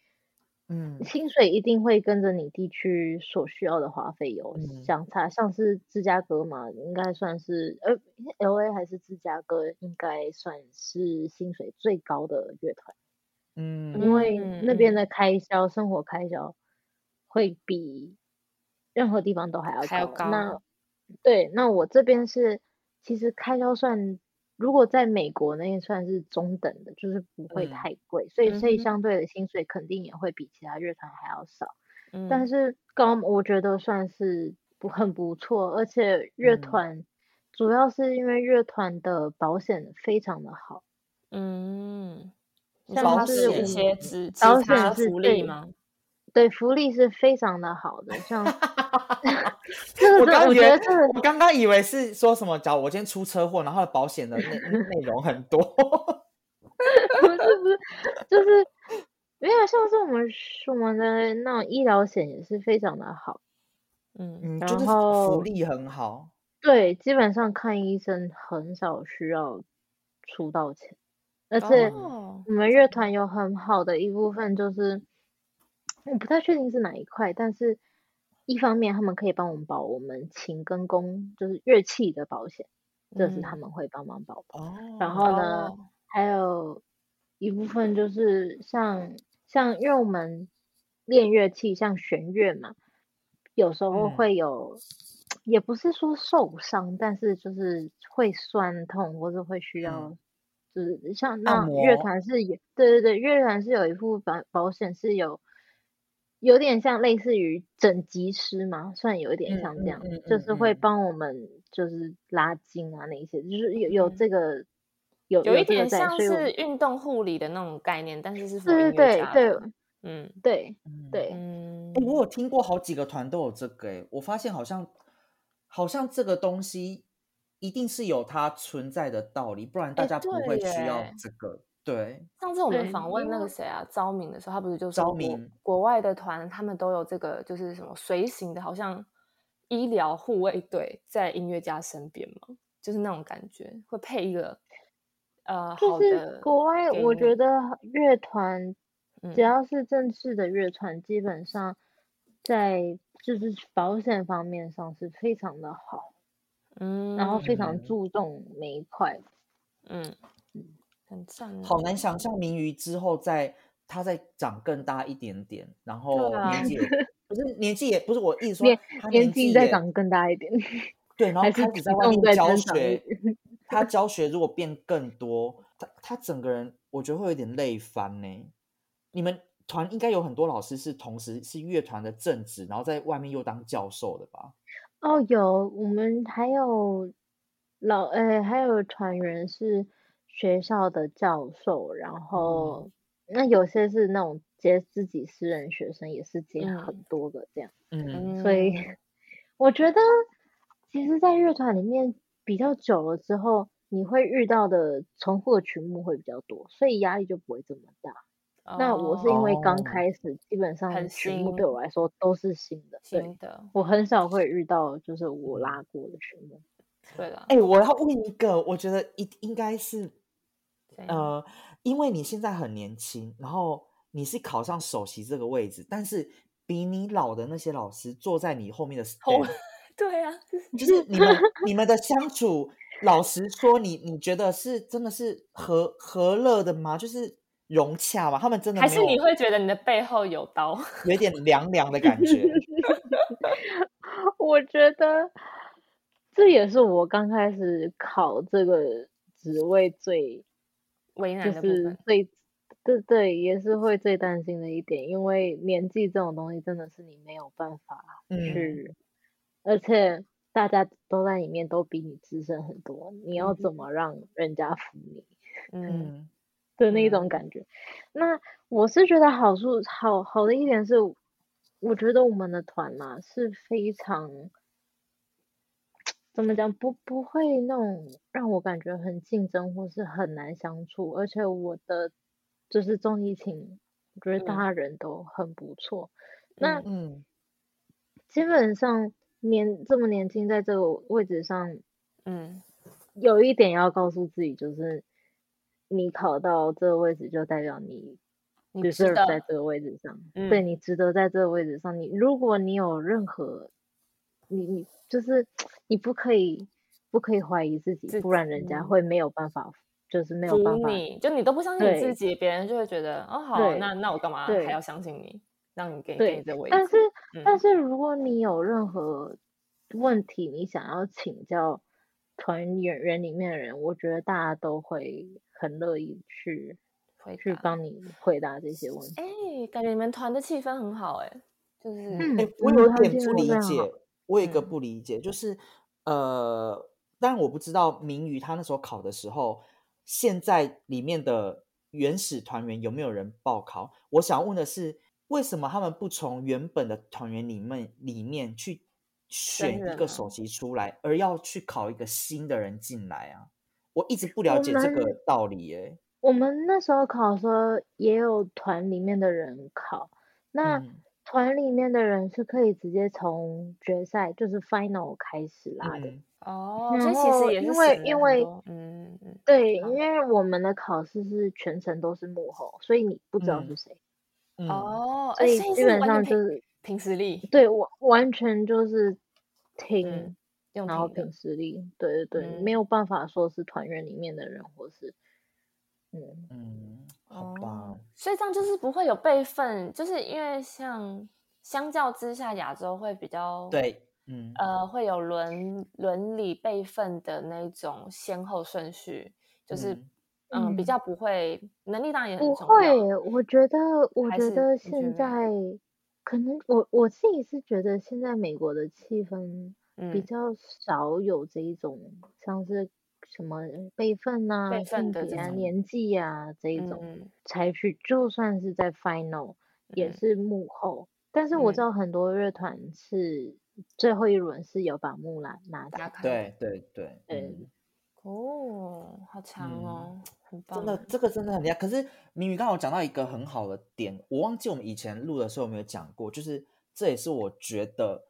Speaker 3: 嗯
Speaker 1: 薪水一定会跟着你地区所需要的花费有
Speaker 3: 嗯
Speaker 1: 相差，像是芝加哥嘛，应该算是呃，L A 还是芝加哥，应该算是薪水最高的乐团，因
Speaker 3: 嗯
Speaker 1: 为那边
Speaker 2: 嗯
Speaker 1: 的开销、生活开销会比任何地方都还要
Speaker 2: 还要
Speaker 1: 高那
Speaker 2: 高
Speaker 1: 对，那我这边是其实开销算，如果在美国那边算是中等的，就是不会
Speaker 3: 嗯
Speaker 1: 太贵，所以所以
Speaker 2: 嗯哼
Speaker 1: 相对的薪水肯定也会比其他乐团还要少。但
Speaker 2: 嗯
Speaker 1: 是高，我觉得算是不很不错，而且乐
Speaker 3: 嗯
Speaker 1: 团、主要是因为乐团的保险非常的好，
Speaker 2: 嗯，你
Speaker 1: 像
Speaker 2: 说
Speaker 3: 保
Speaker 2: 是
Speaker 3: 险
Speaker 2: 一些支其
Speaker 1: 保
Speaker 2: 他
Speaker 1: 险是
Speaker 2: 福利
Speaker 1: 最
Speaker 2: 吗？
Speaker 1: 对福利是非常的好的， 像这
Speaker 3: 我
Speaker 1: 个
Speaker 3: 刚
Speaker 1: 真的，我
Speaker 3: 以
Speaker 1: 觉
Speaker 3: 为
Speaker 1: 得这个
Speaker 3: 我刚刚以为是说什么，假如我今天出车祸，然后保险的内内内容很多。
Speaker 1: 不是不是，就是没有像是我们我们的那种医疗险也是非常的好，
Speaker 2: 嗯
Speaker 3: 嗯，
Speaker 1: 然
Speaker 3: 就是福
Speaker 1: 后
Speaker 3: 利很好。
Speaker 1: 对，基本上看医生很少需要出到钱。而且
Speaker 2: 哦
Speaker 1: 我们乐团有很好的一部分就是，我不太确定是哪一块，但是一方面他们可以帮我们保我们琴跟弓，就是乐器的保险，这是他
Speaker 2: 嗯
Speaker 1: 们会帮忙保。
Speaker 3: 哦，
Speaker 1: 然后呢，
Speaker 2: 哦
Speaker 1: 还有一部分就是像像，因为我们练乐器，像弦乐嘛，有时候
Speaker 3: 嗯
Speaker 1: 会有，也不是说受伤，但是就是会酸痛，或是会需要，就是像
Speaker 3: 嗯
Speaker 1: 那
Speaker 3: 按
Speaker 1: 乐
Speaker 3: 摩
Speaker 1: 团是有，对对对，乐团是有一副保保险是有。有点像类似于整脊师嘛，算有一点
Speaker 3: 嗯
Speaker 1: 像这
Speaker 3: 嗯
Speaker 1: 样，
Speaker 3: 嗯
Speaker 1: 就是
Speaker 3: 嗯
Speaker 1: 会
Speaker 3: 嗯
Speaker 1: 帮我们就是拉筋啊那一些，就是有有
Speaker 2: 嗯
Speaker 1: 这个有
Speaker 2: 有
Speaker 1: 这
Speaker 2: 一
Speaker 1: 个
Speaker 2: 点
Speaker 1: 在
Speaker 2: 像
Speaker 1: 所以我
Speaker 2: 是
Speaker 1: 们
Speaker 2: 运动护理的那种概念，但是是 for
Speaker 1: 对
Speaker 2: 音乐
Speaker 1: 对
Speaker 2: 家
Speaker 1: 对
Speaker 2: 的嗯
Speaker 1: 对
Speaker 3: 嗯
Speaker 1: 对对，
Speaker 2: 嗯
Speaker 3: 欸，我有听过好几个团都有这个、欸，我发现好像好像这个东西一定是有它存在的道理，不然大
Speaker 1: 哎
Speaker 2: 欸
Speaker 3: 家不
Speaker 2: 对
Speaker 3: 会需要
Speaker 2: 耶
Speaker 3: 这个。
Speaker 1: 嗯
Speaker 3: 对，
Speaker 2: 上次我们
Speaker 1: 对
Speaker 2: 访问
Speaker 1: 因
Speaker 2: 那个
Speaker 1: 为
Speaker 2: 谁啊，昭明的时候，他不是就说
Speaker 3: 昭
Speaker 2: 国
Speaker 3: 明
Speaker 2: 国外的团他们都有这个，就是什么随行的，好像医疗护卫队在音乐家身边嘛，就是那种感觉，会配一个呃
Speaker 1: 就
Speaker 2: 好
Speaker 1: 是
Speaker 2: 的
Speaker 1: 国外
Speaker 2: 给
Speaker 1: 我
Speaker 2: 你
Speaker 1: 觉得乐团
Speaker 2: 嗯
Speaker 1: 只要是正式的乐团，基本上在就是保险方面上是非常的好，
Speaker 2: 嗯，
Speaker 1: 然后非常
Speaker 3: 嗯
Speaker 1: 注重每一块。
Speaker 2: 嗯很赞啊，
Speaker 3: 好难想象明瑜之后在它再长更大一点点，然后
Speaker 2: 啊
Speaker 3: 年 纪也、不是年纪也不是我意思说
Speaker 1: 年
Speaker 3: 他
Speaker 1: 年纪
Speaker 3: 纪
Speaker 1: 再
Speaker 3: 也
Speaker 1: 长更大一点，
Speaker 3: 对，然后
Speaker 1: 还是
Speaker 3: 开始
Speaker 1: 体
Speaker 3: 在外
Speaker 1: 重
Speaker 3: 面
Speaker 1: 在
Speaker 3: 教
Speaker 1: 增长一
Speaker 3: 学， 他教学如果变更多，他他整个人我觉得会有点累翻呢、你们团应该有很多老师是同时是乐团的正职，然后在外面又当教授的吧？
Speaker 1: 哦，有，我们还有老，呃，还有船员是学校的教授，
Speaker 2: 哦
Speaker 1: 然后那有些是那种接自己私人学生，也是接很
Speaker 2: 嗯
Speaker 1: 多个这样。
Speaker 3: 嗯，
Speaker 1: 所以 我觉得，其实，在乐团里面比较久了之后，你会遇到的重复的曲目会比较多，所以压力就不会这么大。那我是因为刚
Speaker 3: 哦
Speaker 1: 开始，基本上
Speaker 2: 很
Speaker 1: 曲目对
Speaker 2: 新
Speaker 1: 我来说都是新的，对。
Speaker 2: 新的，
Speaker 1: 我很少会遇到就是我拉过的曲目。
Speaker 2: 对了，
Speaker 3: 哎、我要问一个，我觉得一应该是
Speaker 2: 怎样
Speaker 3: 呃，因为你现在很年轻，然后你是考上首席这个位置，但是比你老的那些老师坐在你后面的 stand，
Speaker 2: 对啊，
Speaker 3: 就
Speaker 2: 就是
Speaker 3: 是你 们你们的相处，老实说你，你觉得是真的是和和乐的吗？就是融洽吗？他们真的
Speaker 2: 还
Speaker 3: 没
Speaker 2: 是你
Speaker 3: 有
Speaker 2: 会觉得你的背后有刀，
Speaker 3: 有一点凉凉的感 觉？
Speaker 1: 我觉得这也是我刚开始考这个职位最
Speaker 2: 为难
Speaker 1: 就
Speaker 2: 的部
Speaker 1: 是
Speaker 2: 分，
Speaker 1: 最对对，也是会最担心的一点，因为年纪这种东西真的是你没有办法
Speaker 3: 嗯，
Speaker 1: 去，而且大家都在里面都比你资深很多，你要怎么让人家服你？
Speaker 2: 嗯
Speaker 3: 嗯
Speaker 1: 的那
Speaker 2: 嗯
Speaker 1: 种感觉。那我是觉得好处好好的一点是，我觉得我们的团嘛是非常怎么讲，不不会那种让我感觉很竞争或是很难相处，而且我的就是综艺情，我觉得大
Speaker 2: 嗯
Speaker 1: 家人都很不错。那
Speaker 2: 嗯
Speaker 3: 嗯
Speaker 1: 基本上年这么年轻，在这个位置上，
Speaker 2: 嗯，
Speaker 1: 有一点要告诉自己，就是你考到这个位置，就代表你
Speaker 2: 你知
Speaker 1: deserve
Speaker 2: 道，
Speaker 1: 在这个位置上，对
Speaker 2: 嗯
Speaker 1: 你值得在这个位置上。你如果你有任何，你你就是你不可以不可以怀疑自己，
Speaker 2: 自
Speaker 1: 不然人家
Speaker 2: 嗯
Speaker 1: 会没有办法，就是没有办
Speaker 2: 服
Speaker 1: 法。
Speaker 2: 你，就你都不相信你自
Speaker 1: 对
Speaker 2: 己，别人就会觉得哦好，
Speaker 1: 对
Speaker 2: 那那我干嘛
Speaker 1: 对
Speaker 2: 还要相信你，让你给你给
Speaker 1: 对
Speaker 2: 你这位置？
Speaker 1: 但是但
Speaker 2: 嗯
Speaker 1: 是如果你有任何问题，你想要请教团员人里面的人，我觉得大家都会很乐意去。
Speaker 2: 回
Speaker 1: 去
Speaker 2: 答，
Speaker 1: 帮你回答这些问题。
Speaker 2: 哎，感觉你们团的气氛很好，哎，就是
Speaker 1: 嗯
Speaker 3: 哎、
Speaker 1: 我
Speaker 3: 我
Speaker 1: 们
Speaker 3: 有
Speaker 1: 团
Speaker 3: 点
Speaker 1: 进步
Speaker 3: 不理
Speaker 1: 非常好
Speaker 3: 解，我有一个
Speaker 2: 嗯
Speaker 3: 不理解，就是呃，当然我不知道明宇他那时候考的时候，现在里面的原始团员有没有人报考？我想问的是，为什么他们不从原本的团员里面里面去选一
Speaker 2: 人
Speaker 3: 个
Speaker 2: 吗
Speaker 3: 首席出来，而要去考一个新的人进来啊？我一直不了
Speaker 1: 我
Speaker 3: 解这
Speaker 1: 们
Speaker 3: 个道理、欸，哎，
Speaker 1: 我们那时候考的时候，也有团里面的人考，那
Speaker 3: 嗯
Speaker 1: 团里面的人是可以直接从决赛，就是 final 开始拉的。
Speaker 3: 嗯
Speaker 2: 哦，
Speaker 1: 然
Speaker 2: 所以其
Speaker 1: 后
Speaker 2: 实也是
Speaker 1: 因为
Speaker 2: 省了
Speaker 1: 因
Speaker 2: 很
Speaker 1: 为
Speaker 2: 多嗯嗯
Speaker 1: 对，
Speaker 2: 好
Speaker 1: 因为我们的考试是全程都是幕后，所以你不知道是
Speaker 3: 嗯
Speaker 1: 谁，
Speaker 3: 嗯，
Speaker 2: 哦，
Speaker 1: 所
Speaker 2: 哎
Speaker 1: 以
Speaker 2: 所以
Speaker 1: 基
Speaker 2: 是
Speaker 1: 本上
Speaker 2: 完全凭
Speaker 1: 就是
Speaker 2: 凭实力，
Speaker 1: 对我完全就是听，
Speaker 2: 嗯，用
Speaker 1: 然后
Speaker 2: 听的
Speaker 1: 凭实力，对对对，
Speaker 2: 嗯
Speaker 1: 没有办法说是团员里面的人或是嗯，
Speaker 3: 嗯，好吧
Speaker 2: 哦，，所以这样就是不会有备份，就是因为像相较之下，亚洲会比较，
Speaker 3: 对，嗯，
Speaker 2: 呃，会有伦伦理备份的那种先后顺序，就是
Speaker 3: 嗯
Speaker 2: 嗯比
Speaker 1: 嗯
Speaker 2: 较不会，能力当然也很
Speaker 1: 不
Speaker 2: 重要，
Speaker 1: 会耶，我觉得我
Speaker 2: 还
Speaker 1: 觉
Speaker 2: 是
Speaker 1: 得
Speaker 2: 你觉得
Speaker 1: 现在可能我我自己是觉得现在美国的气氛比
Speaker 2: 嗯，
Speaker 1: 较少有这一种像是什么辈分呐、
Speaker 2: 备份
Speaker 1: 性
Speaker 2: 的这
Speaker 1: 别啊、
Speaker 3: 种
Speaker 1: 年纪呀、这一种
Speaker 2: 嗯
Speaker 1: 采取，就算是在 final 也
Speaker 2: 嗯
Speaker 1: 是幕后。但是我知
Speaker 2: 嗯
Speaker 1: 道很多乐团是最后一轮是有把幕栏拿开，
Speaker 2: 打卡，
Speaker 3: 对对对，
Speaker 1: 对
Speaker 3: 嗯。
Speaker 2: 哦，好强
Speaker 3: 嗯
Speaker 2: 哦，很棒
Speaker 3: 真，的，这个真的很厉害。可是明宇刚好讲到一个很好的点，我忘记我们以前录的时候有没有讲过，就是这也是我觉得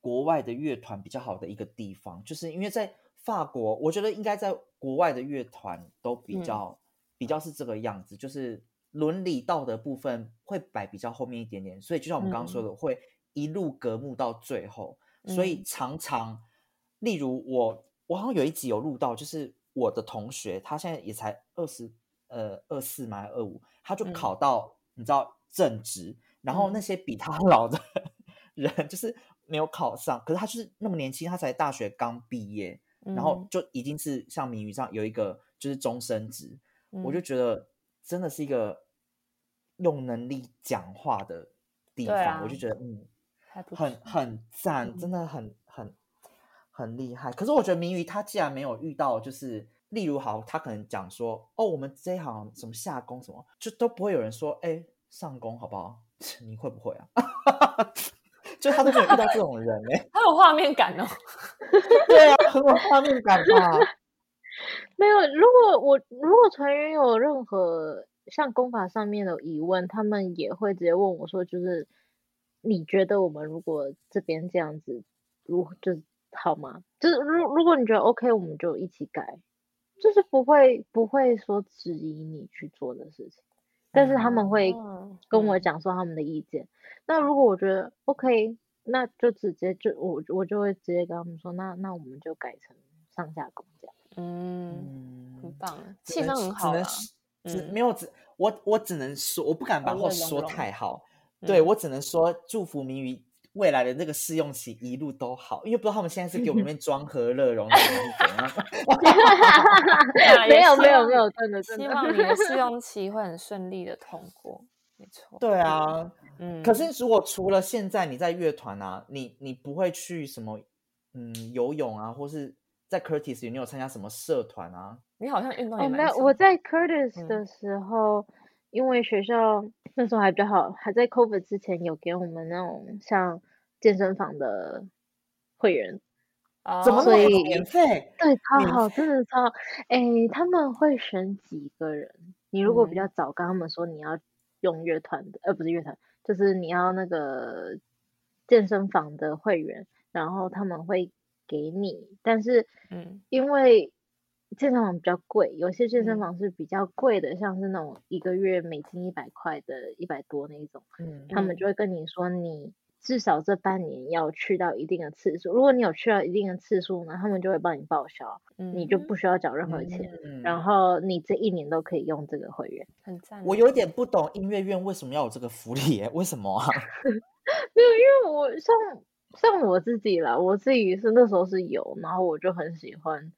Speaker 3: 国外的乐团比较好的一个地方，就是因为在法国，我觉得应该在国外的乐团都比
Speaker 2: 嗯
Speaker 3: 较、比较是这个样子，就是伦理道德部分会摆比较后面一点点，所以就像我们刚刚说的，会一路隔幕到最后。所以
Speaker 2: 嗯
Speaker 3: 常常，例如我，我好像有一集有录到，就是我的同学，他现在也才二十，呃，二四嘛，二五，他就
Speaker 2: 嗯
Speaker 3: 考到、你知道正职，然后那
Speaker 2: 嗯
Speaker 3: 些比他 老的人就是没有考上，可是他就是那么年轻，他才大学刚毕业，
Speaker 2: 嗯
Speaker 3: 然后就已经是像谜语上有一个就是终身职，
Speaker 2: 嗯
Speaker 3: 我就觉得真的是一个用能力讲话的地
Speaker 2: 对
Speaker 3: 方，
Speaker 2: 啊
Speaker 3: 我就觉得嗯。
Speaker 2: 还不
Speaker 3: 很
Speaker 2: 错
Speaker 3: 很赞，真
Speaker 2: 嗯
Speaker 3: 的很很很厉害。可是我觉得明宇他既然没有遇到，就是例如好，他可能讲说，哦，我们这一行什么下工什么，就都不会有人说，哎，上工好不好？ 你会不会啊？ 就他都没有遇到这种人哎、
Speaker 2: 好有画面感哦，
Speaker 3: 对啊，很有画面感吧？
Speaker 1: 没有，如果我如果团员有任何像功法上面的疑问，他们也会直接问我说，就是你觉得我们如果这边这样子，如就是好吗？就是如如果你觉得 OK，我们就一起改，就是不会不会说质疑你去做的事情，但是他们会
Speaker 2: 哦
Speaker 1: 跟我
Speaker 2: 嗯
Speaker 1: 讲说他们的意见。那如果我觉得 OK，那就直接就我我就会直接跟他们说，那那我们就改成上下工这样。
Speaker 2: 嗯。很
Speaker 3: 嗯，
Speaker 2: 棒，
Speaker 3: 只
Speaker 2: 气
Speaker 3: 能
Speaker 2: 氛很好
Speaker 3: 只能
Speaker 2: 啦。
Speaker 3: 是只
Speaker 2: 嗯
Speaker 3: 没有只我我只能说，我不敢把
Speaker 2: 和
Speaker 3: 话
Speaker 2: 乐融
Speaker 3: 说
Speaker 2: 融
Speaker 3: 太好，对
Speaker 2: 嗯
Speaker 3: 我只能说祝福明宇未来的那个试用期一路都好，因为不知道他们现在是给我们那边装和乐融融还是怎样。
Speaker 2: 啊 也
Speaker 1: 没有
Speaker 2: 希
Speaker 1: 没有
Speaker 2: 望
Speaker 1: 没有，真的真
Speaker 2: 希
Speaker 1: 的。
Speaker 2: 望你的试用期会很顺利的通过，没错。
Speaker 3: 对啊，
Speaker 2: 嗯，
Speaker 3: 可是如果除了现在你在乐团啊，你你不会去什么嗯游泳啊，或是在 Curtis 里你有参加什么社团啊？
Speaker 2: 你好像运动也
Speaker 1: 哦，没
Speaker 2: 蛮
Speaker 1: 有，
Speaker 2: 强
Speaker 1: 我
Speaker 2: 的
Speaker 1: 在 Curtis
Speaker 2: 嗯
Speaker 1: 的时候，因为学校那时候还比较好，还在 COVID 之前有给我们那种像健身房的会员，
Speaker 2: 哦
Speaker 3: 怎么那
Speaker 1: 所
Speaker 3: 么
Speaker 1: 以
Speaker 3: 免费？
Speaker 1: 对，超
Speaker 3: 免
Speaker 1: 好，真的超好。诶，他们会选几个人？你如果比
Speaker 2: 嗯
Speaker 1: 较早跟他们说你要用乐团的，呃，不是乐团，就是你要那个健身房的会员，然后他们会给你，但是
Speaker 2: 嗯
Speaker 1: 因为健身房比较贵，有些健身
Speaker 2: 嗯
Speaker 1: 房是比较贵的，像是那种一个月美金一百块的，一百多那一种，
Speaker 3: 嗯
Speaker 1: 他们就会跟你说你至少这半年要去到一定的次数，如果你有去到一定的次数呢，他们就会帮你报销，
Speaker 2: 嗯，
Speaker 1: 你就不需要缴任何钱，
Speaker 3: 嗯
Speaker 1: 然后你这一年都可以用这个会员。
Speaker 2: 很赞。
Speaker 3: 我有点不懂音乐院为什么要有这个福利耶、为什么啊？
Speaker 1: 没有，因为我像像我自己啦，我自己是那时候是有，然后我就很喜欢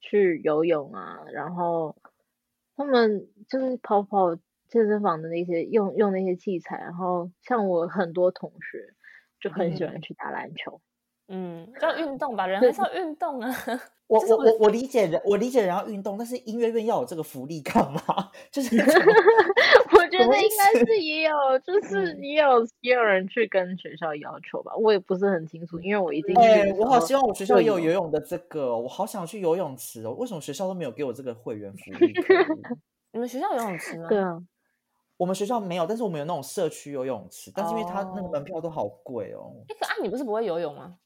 Speaker 1: 去游泳啊，然后他们就是跑跑健身房的那些用用那些器材，然后像我很多同学就很喜
Speaker 3: 嗯
Speaker 1: 欢去打篮 球，
Speaker 2: 嗯，要运动吧，人
Speaker 1: 对
Speaker 2: 还是要运动啊。
Speaker 3: 我
Speaker 2: 就是
Speaker 3: 我
Speaker 2: 我
Speaker 3: 我我理解人，我理解人要运动，但是音乐院要有这个福利干嘛？ 就是怎么
Speaker 1: 我觉
Speaker 3: 什
Speaker 1: 得
Speaker 3: 么意
Speaker 1: 应该
Speaker 3: 思
Speaker 1: 是也有，就是
Speaker 2: 嗯
Speaker 1: 也有也有人去跟学校要求吧，我也不是很清楚，因为我一进去
Speaker 3: 哎、
Speaker 1: 的时
Speaker 2: 呃
Speaker 3: 我好
Speaker 1: 候
Speaker 3: 希望我学校也有
Speaker 1: 有
Speaker 3: 游泳的这个哦、我好想去游泳池哦。为什么学校都没有给我这个会员福利 可以？
Speaker 2: 你们学校有游泳池吗？
Speaker 1: 对啊，
Speaker 3: 我们学校没有，但是我们有那种社区游泳池，但是因为它那个
Speaker 2: 哦
Speaker 3: 门票都好贵哦。
Speaker 2: 哎，可啊，你不是不会游泳吗？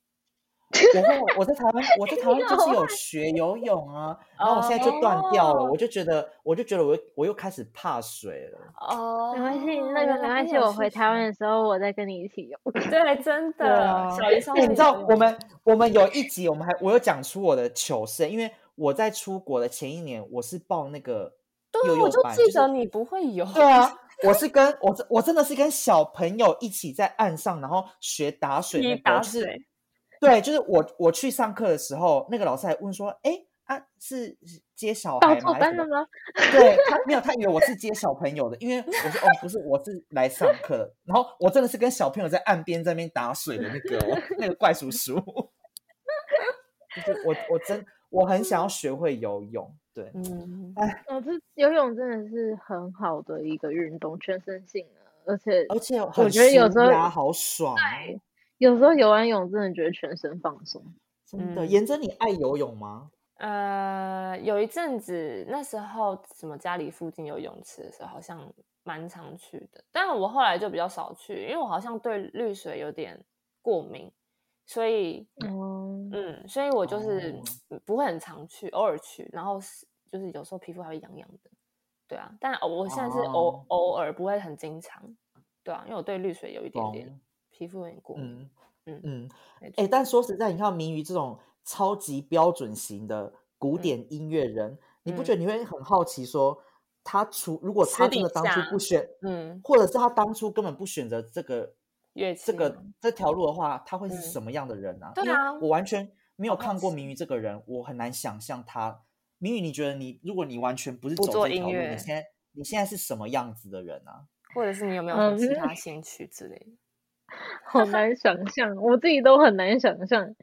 Speaker 3: 我会我在台湾，我在台湾就是有学游泳啊，然后我现在就断掉了，我就觉得，我就觉得我又我又开始怕水了。
Speaker 2: 哦，
Speaker 1: 没关系，那个
Speaker 2: 原
Speaker 1: 没
Speaker 2: 来
Speaker 1: 关
Speaker 2: 是
Speaker 1: 系，
Speaker 2: 有
Speaker 1: 我回
Speaker 2: 需
Speaker 1: 台
Speaker 2: 求
Speaker 1: 湾的时候，我再跟你一起游。
Speaker 2: 对，真
Speaker 3: 对
Speaker 2: 的，
Speaker 3: 啊
Speaker 2: 小鱼上
Speaker 3: 哎，
Speaker 2: 面
Speaker 3: 你知道
Speaker 2: 有
Speaker 3: 我们我们有一集，我们还我有讲出我的糗事，因为我在出国的前一年，我是报那个
Speaker 2: 对
Speaker 3: 幼
Speaker 2: 啊，我
Speaker 3: 幼
Speaker 2: 就
Speaker 3: 班，
Speaker 2: 记
Speaker 3: 是
Speaker 2: 得你不会游，
Speaker 3: 对啊， 我是跟我是我真的是跟小朋友一起在岸上，然后学打水
Speaker 2: 踢
Speaker 3: 那个，
Speaker 2: 打
Speaker 3: 就是
Speaker 2: 水
Speaker 3: 对，就是我我去上课的时候，那个老师还问说，哎啊是是接小
Speaker 1: 报
Speaker 3: 孩
Speaker 1: 错
Speaker 3: 吗？还是
Speaker 1: 班
Speaker 3: 什么
Speaker 1: 了？吗？
Speaker 3: 对他没有，他以为我是接小朋友的，因为我说哦不是，我是来上课的，然后我真的是跟小朋友在岸边在那边打水的那个哦、那个怪叔叔， 就是我我真我很想要学会游泳，对，
Speaker 2: 嗯，
Speaker 1: 哦，这游泳真的是很好的一个运动，全身性的，而且
Speaker 3: 而且
Speaker 1: 我
Speaker 3: 很
Speaker 1: 觉得有
Speaker 3: 舒
Speaker 1: 时候
Speaker 3: 压好爽哦，
Speaker 1: 有时候游完泳真的觉得全身放松。
Speaker 3: 真的。
Speaker 2: 嗯
Speaker 3: 颜真，你爱游泳吗？
Speaker 2: 呃，有一阵子那时候什么家里附近有泳池的时候，好像蛮常去的，但我后来就比较少去，因为我好像对绿水有点过敏，所以
Speaker 1: 哦、
Speaker 2: 嗯，所以我就是
Speaker 3: 哦
Speaker 2: 嗯不会很常去，偶尔去，然后是就是有时候皮肤还会痒痒的，对啊，但偶我现在是偶、
Speaker 3: 哦
Speaker 2: 偶尔，不会很经常，对啊，因为我对绿水有一点点
Speaker 3: 懂
Speaker 2: 皮肤有点过敏，
Speaker 3: 嗯
Speaker 2: 嗯
Speaker 3: 嗯，
Speaker 2: 没
Speaker 3: 哎、
Speaker 2: 错
Speaker 3: 但说实在，你看明宇这种超级标准型的古
Speaker 2: 嗯
Speaker 3: 典音乐人，你不
Speaker 2: 嗯
Speaker 3: 觉得你会很好奇说，他除如果
Speaker 2: 私
Speaker 3: 他真
Speaker 2: 底
Speaker 3: 的当初
Speaker 2: 下
Speaker 3: 不选，
Speaker 2: 嗯，
Speaker 3: 或者是他当初根本不选择这个
Speaker 2: 乐器
Speaker 3: 这个
Speaker 2: 吗
Speaker 3: 这条路的话，他会是
Speaker 2: 嗯
Speaker 3: 什么样的人啊？
Speaker 2: 对
Speaker 3: 因为
Speaker 2: 啊
Speaker 3: 我完全没有
Speaker 2: 好好
Speaker 3: 看过
Speaker 2: 奇
Speaker 3: 明宇这个人，我很难想象他。明宇，你觉得你如果你完全不是
Speaker 2: 不
Speaker 3: 走
Speaker 2: 做
Speaker 3: 这
Speaker 2: 音
Speaker 3: 条路，
Speaker 2: 乐
Speaker 3: 你现在你现在是什么样子的人啊？
Speaker 2: 或者是你有没有什么其
Speaker 1: 嗯
Speaker 2: 他兴趣之类的？
Speaker 1: 好难想象，我自己都很难想象。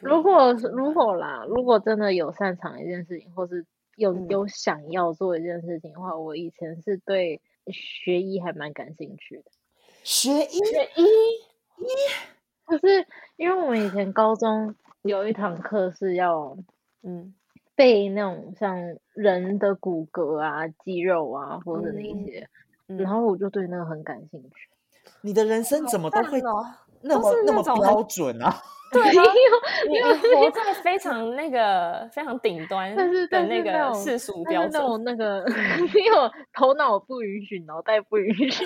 Speaker 1: 如
Speaker 2: 对
Speaker 1: 果
Speaker 2: 真
Speaker 1: 如
Speaker 2: 的
Speaker 1: 果啦，如果真的有擅长一件事情，或是有
Speaker 2: 嗯
Speaker 1: 有想要做一件事情的话，我以前是对学医还蛮感兴趣的。
Speaker 3: 学医
Speaker 2: 学医
Speaker 1: 就是因为我们以前高中有一堂课是要
Speaker 2: 嗯
Speaker 1: 背那种像人的骨骼啊、肌肉啊，或者那
Speaker 2: 嗯
Speaker 1: 些，
Speaker 2: 嗯，
Speaker 1: 然后我就对那个很感兴趣。
Speaker 3: 你的人生
Speaker 2: 好
Speaker 3: 怎么都
Speaker 2: 赞
Speaker 3: 会
Speaker 2: 哦
Speaker 3: 那
Speaker 2: 都
Speaker 3: 么
Speaker 2: 是
Speaker 3: 那
Speaker 2: 那
Speaker 3: 么
Speaker 2: 种很
Speaker 3: 标准啊？
Speaker 2: 对
Speaker 1: 没有
Speaker 2: 啊，你你活在非常那个非常顶端
Speaker 1: 但是
Speaker 2: 的
Speaker 1: 但
Speaker 2: 那
Speaker 1: 是
Speaker 2: 个
Speaker 1: 那种
Speaker 2: 世俗
Speaker 1: 但
Speaker 2: 标
Speaker 1: 是那
Speaker 2: 准，
Speaker 1: 种那 个没有头脑不允许，脑袋不允 许，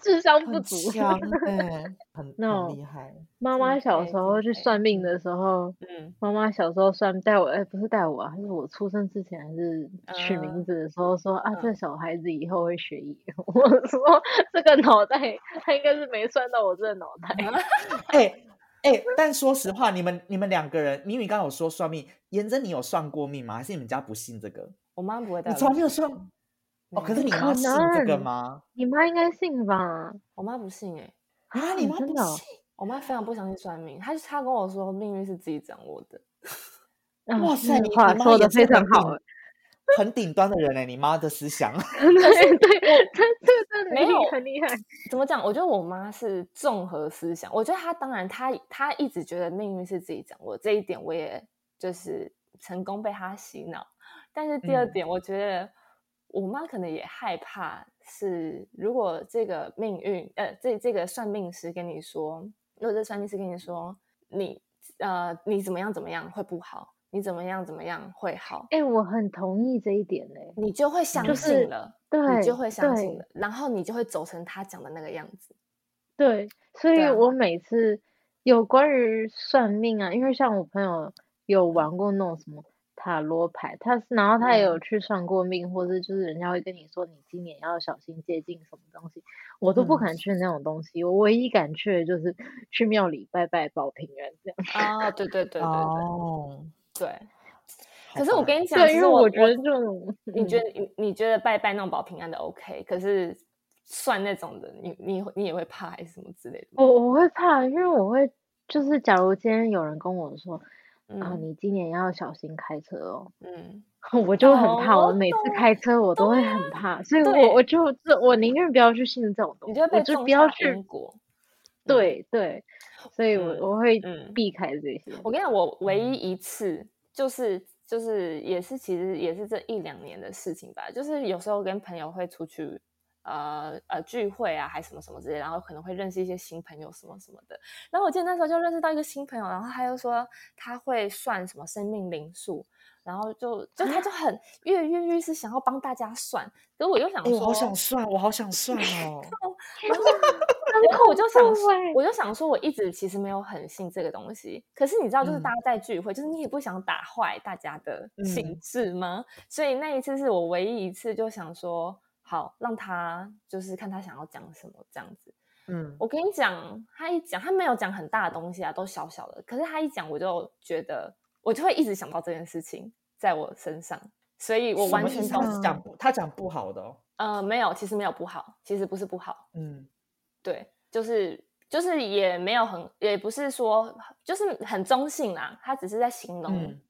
Speaker 1: 智商不
Speaker 3: 很
Speaker 1: 足。
Speaker 3: 强哎、很
Speaker 1: 那
Speaker 3: 很厉害。
Speaker 1: 妈
Speaker 2: 真
Speaker 1: 妈小
Speaker 2: 佩
Speaker 1: 时候
Speaker 2: 真
Speaker 1: 去
Speaker 2: 佩
Speaker 1: 算命的时候，
Speaker 2: 嗯，
Speaker 1: 妈妈小时候算带我，哎，不是带我啊，就是我出生之前还是取名
Speaker 2: 嗯
Speaker 1: 字的时候说啊，这
Speaker 2: 嗯
Speaker 1: 小孩子以后会学医。 我说这个脑袋，他应该是没算到我这个脑袋。
Speaker 3: 哎、哎、但说实话，你们你们两个人，明明刚刚有说算命，颜真你有算过命吗？还是你们家不信这个？
Speaker 2: 我妈不会带
Speaker 3: 你
Speaker 2: 我
Speaker 3: 从来没
Speaker 2: 去
Speaker 3: 有
Speaker 2: 看
Speaker 3: 算哦？可是
Speaker 2: 没有
Speaker 3: 你
Speaker 1: 可
Speaker 3: 妈信这个
Speaker 1: 能
Speaker 3: 吗？
Speaker 1: 你妈应该信吧？
Speaker 2: 我妈不信哎、
Speaker 3: 啊，你妈
Speaker 1: 真
Speaker 3: 不
Speaker 1: 的哦
Speaker 3: 信？
Speaker 2: 我妈非常不相信算命，她她跟我说命运是自己掌握的，
Speaker 1: 啊
Speaker 3: 哇塞，
Speaker 1: 嗯
Speaker 3: 你
Speaker 1: 话
Speaker 3: 你妈
Speaker 1: 说
Speaker 3: 也
Speaker 1: 的
Speaker 3: 是
Speaker 1: 非常
Speaker 3: 很
Speaker 1: 好
Speaker 3: 顶，很顶端的人哎、你妈的思想
Speaker 1: 对对，他这个真的
Speaker 2: 没
Speaker 1: 很厉
Speaker 2: 有
Speaker 1: 很厉害。
Speaker 2: 怎么讲？我觉得我妈是综合思想，我觉得她当然她她一直觉得命运是自己掌握，这一点我也就是成功被她洗脑。但是第二
Speaker 3: 嗯
Speaker 2: 点，我觉得我妈可能也害怕是，如果这个命运呃这这个算命师跟你说，如果这算命师跟你说你呃你怎么样怎么样会不好，你怎么样怎么样会好，
Speaker 1: 哎、我很同意这一点嘞、
Speaker 2: 你就会相
Speaker 1: 是
Speaker 2: 信了，
Speaker 1: 对，
Speaker 2: 你就会相信
Speaker 1: 对
Speaker 2: 了，然后你就会走成他讲的那个样子。
Speaker 1: 对，所以
Speaker 2: 啊
Speaker 1: 我每次有关于算命啊，因为像我朋友有玩过那种什么塔罗牌，他是然后他也
Speaker 2: 嗯
Speaker 1: 有去算过命，或者就是人家会跟你说你今年要小心接近什么东西，我都不
Speaker 3: 嗯
Speaker 1: 敢去那种东西，我唯一敢去的就是去庙里拜拜保平安这样。
Speaker 2: 啊，对对对 对对、
Speaker 3: 哦。
Speaker 2: 对。
Speaker 3: 好
Speaker 2: 可是我
Speaker 3: 吧
Speaker 2: 跟你讲，
Speaker 1: 对，
Speaker 2: 其
Speaker 1: 因
Speaker 2: 实
Speaker 1: 为
Speaker 2: 我
Speaker 1: 我觉得这种，
Speaker 2: 你
Speaker 1: 嗯
Speaker 2: 觉得你你觉得拜拜那种保平安的 OK，可是算那种的，你你你也会怕还是什么之类的吗？
Speaker 1: 我我会怕，因为我会就是假如今天有人跟我说啊，
Speaker 2: 嗯
Speaker 1: 你今年要小心开车哦。
Speaker 2: 嗯，
Speaker 1: 我就很怕，
Speaker 2: 哦
Speaker 1: 我
Speaker 2: 我
Speaker 1: 每次
Speaker 2: 懂
Speaker 1: 开车我都
Speaker 2: 对
Speaker 1: 会很怕，所以我
Speaker 2: 对
Speaker 1: 我就这我宁愿不要去信这种东
Speaker 2: 你
Speaker 1: 西，
Speaker 2: 就会
Speaker 1: 我
Speaker 2: 被
Speaker 1: 就
Speaker 2: 种
Speaker 1: 不要
Speaker 2: 下
Speaker 1: 去
Speaker 2: 因。果。嗯，
Speaker 1: 对对，所以我
Speaker 2: 嗯
Speaker 1: 我会
Speaker 2: 嗯
Speaker 1: 避开这些。
Speaker 2: 我跟你讲，我唯一
Speaker 3: 嗯
Speaker 2: 一次就是就是也是其实也是这一两年的事情吧，就是有时候跟朋友会出去呃呃聚会啊，还什么什么之类，然后可能会认识一些新朋友什么什么的。然后我记得那时候就认识到一个新朋友，然后他就说他会算什么生命灵数，然后就就他就很跃跃欲试，想要帮大家算。可是我又想
Speaker 3: 哎，
Speaker 2: 说，
Speaker 3: 我好想算，我好想算 哦。
Speaker 2: 然后 我就想
Speaker 1: 恐怖
Speaker 2: 说嗯
Speaker 1: 欸，
Speaker 2: 我就想说，我一直其实没有很信这个东西。可是你知道，就是
Speaker 3: 嗯
Speaker 2: 大家在聚会，就是你也不想打坏大家的兴
Speaker 3: 嗯
Speaker 2: 致吗？所以那一次是我唯一一次就想说，好让他就是看他想要讲什么这样子。
Speaker 3: 嗯，
Speaker 2: 我跟你讲，他一讲，他没有讲很大的东西啊，都小小的。可是他一讲，我就觉得我就会一直想到这件事情在我身上，所以我
Speaker 3: 什
Speaker 2: 完
Speaker 3: 么
Speaker 2: 全
Speaker 3: 意思啊
Speaker 2: 都
Speaker 3: 他
Speaker 1: 懂
Speaker 3: 是讲不，他讲不好的哦。
Speaker 2: 呃没有，其实没有不好，其实不是不好，
Speaker 3: 嗯
Speaker 2: 对，就是就是也没有很，也不是说就是很中性啦，他只是在形容
Speaker 3: 嗯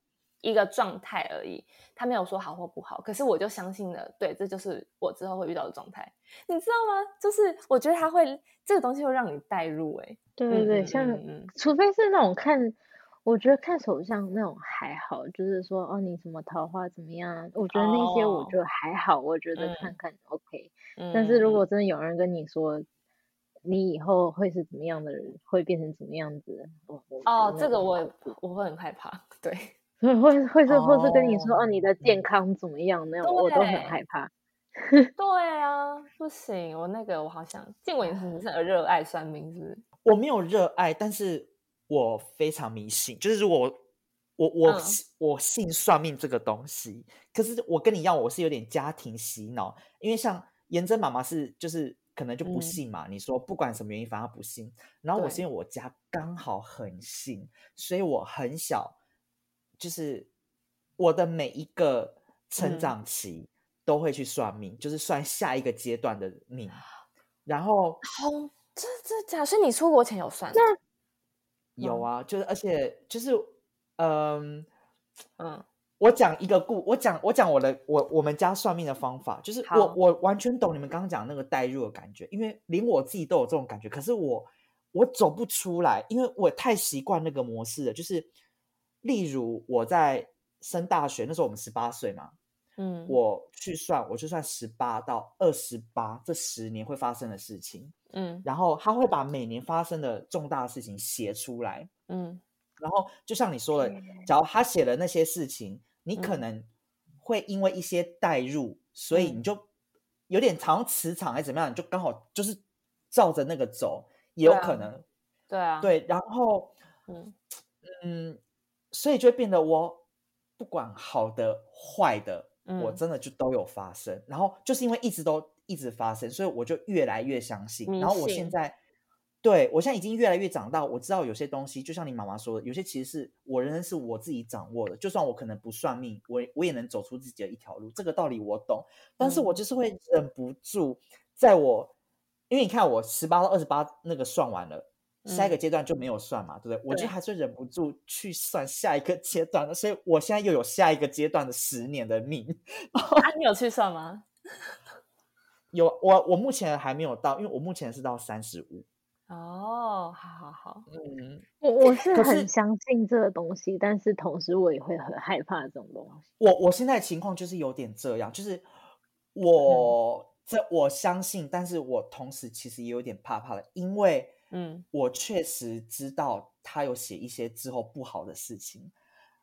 Speaker 2: 一个状态而已，他没有说好或不好。可是我就相信了，对，这就是我之后会遇到的状态，你知道吗？就是我觉得他会这个东西会让你带入、欸，
Speaker 1: 对对对，
Speaker 2: 嗯
Speaker 1: 像
Speaker 2: 嗯嗯
Speaker 1: 除非是那种看，我觉得看手相那种还好，就是说哦你什么桃花怎么样啊，我觉得那些我
Speaker 2: 哦
Speaker 1: 就还好，我觉得
Speaker 2: 嗯
Speaker 1: 看看 OK。
Speaker 2: 嗯
Speaker 1: 但是如果
Speaker 2: 嗯
Speaker 1: 真的有人跟你说你以后会是怎么样的人，会变成怎么样子的，我我
Speaker 2: 哦，这个
Speaker 1: 我
Speaker 2: 我也我会很害怕，对，
Speaker 1: 没有办法 会会是或是跟你说
Speaker 3: 哦
Speaker 1: 哦你的健康怎么样那种，我都很害怕。
Speaker 2: 对啊，不行，我那个我好想，静文很是很热爱算命，是不是？
Speaker 3: 我没有热爱，但是我非常迷信。就是如果我我
Speaker 2: 嗯
Speaker 3: 我信我信算命这个东西，可是我跟你一样，我是有点家庭洗脑，因为像颜真妈妈是就是可能就不
Speaker 2: 嗯
Speaker 3: 信嘛，你说不管什么原因，反正她不信。然后我是
Speaker 2: 对
Speaker 3: 因为我家刚好很信，所以我很小，就是我的每一个成
Speaker 2: 嗯
Speaker 3: 长期。都会去算命，就是算下一个阶段的命。 然后
Speaker 2: 好，这这假，所以你出国前有算？
Speaker 3: 有
Speaker 2: 嗯
Speaker 3: 啊，就是而且就是，嗯，
Speaker 2: 嗯
Speaker 3: 我讲一个故，我讲我讲我的我我们家算命的方法，就是我
Speaker 2: 好
Speaker 3: 我完全懂你们刚刚讲那个代入的感觉，因为连我自己都有这种感觉，可是我我走不出来，因为我太习惯那个模式了。就是例如我在升大学那时候，我们十八岁嘛，
Speaker 2: 嗯，
Speaker 3: 我去算，我就算十八到二十八这十年会发生的事情，
Speaker 2: 嗯
Speaker 3: 然后他会把每年发生的重大事情写出来。
Speaker 2: 嗯
Speaker 3: 然后就像你说的，假如他写了那些事情，你可
Speaker 2: 嗯
Speaker 3: 能会因为一些代入，所以
Speaker 2: 嗯
Speaker 3: 你就有点常磁场还是怎么样，你就刚好就是照着那个走，也有
Speaker 2: 对啊
Speaker 3: 可能
Speaker 2: 对啊，，
Speaker 3: 对。然后
Speaker 2: 嗯
Speaker 3: 嗯，所以就会变得我不管好的坏的，我
Speaker 2: 嗯
Speaker 3: 真的就都有发生。然后就是因为一直都一直发生，所以我就越来越相信。
Speaker 2: 迷
Speaker 3: 然后我现
Speaker 2: 信
Speaker 3: 在，对我现在已经越来越长大，我知道有些东西，就像你妈妈说的，有些其实是我仍然是我自己掌握的。就算我可能不算命，我也我也能走出自己的一条路。这个道理我懂，但是我
Speaker 2: 嗯
Speaker 3: 就是会忍不住，在我因为你看我十八到二十八那个算完了。下一
Speaker 2: 嗯
Speaker 3: 个阶段就没有算嘛，对不对？我就
Speaker 2: 对
Speaker 3: 还是忍不住去算下一个阶段的，所以我现在又有下一个阶段的十年的命。
Speaker 2: 啊，你有去算吗？
Speaker 3: 有我，我目前还没有到，因为我目前是到三十五。
Speaker 2: 哦，好好好，
Speaker 3: 嗯，
Speaker 1: 我我 是
Speaker 3: 可
Speaker 1: 很
Speaker 3: 是
Speaker 1: 相信这个东西，但是同时我也会很害怕这种东西。
Speaker 3: 我我现在的情况就是有点这样，就是
Speaker 2: 嗯
Speaker 3: 我、这我相信，但是我同时其实也有点怕怕的，因为
Speaker 2: 嗯
Speaker 3: 我确实知道他有写一些之后不好的事情，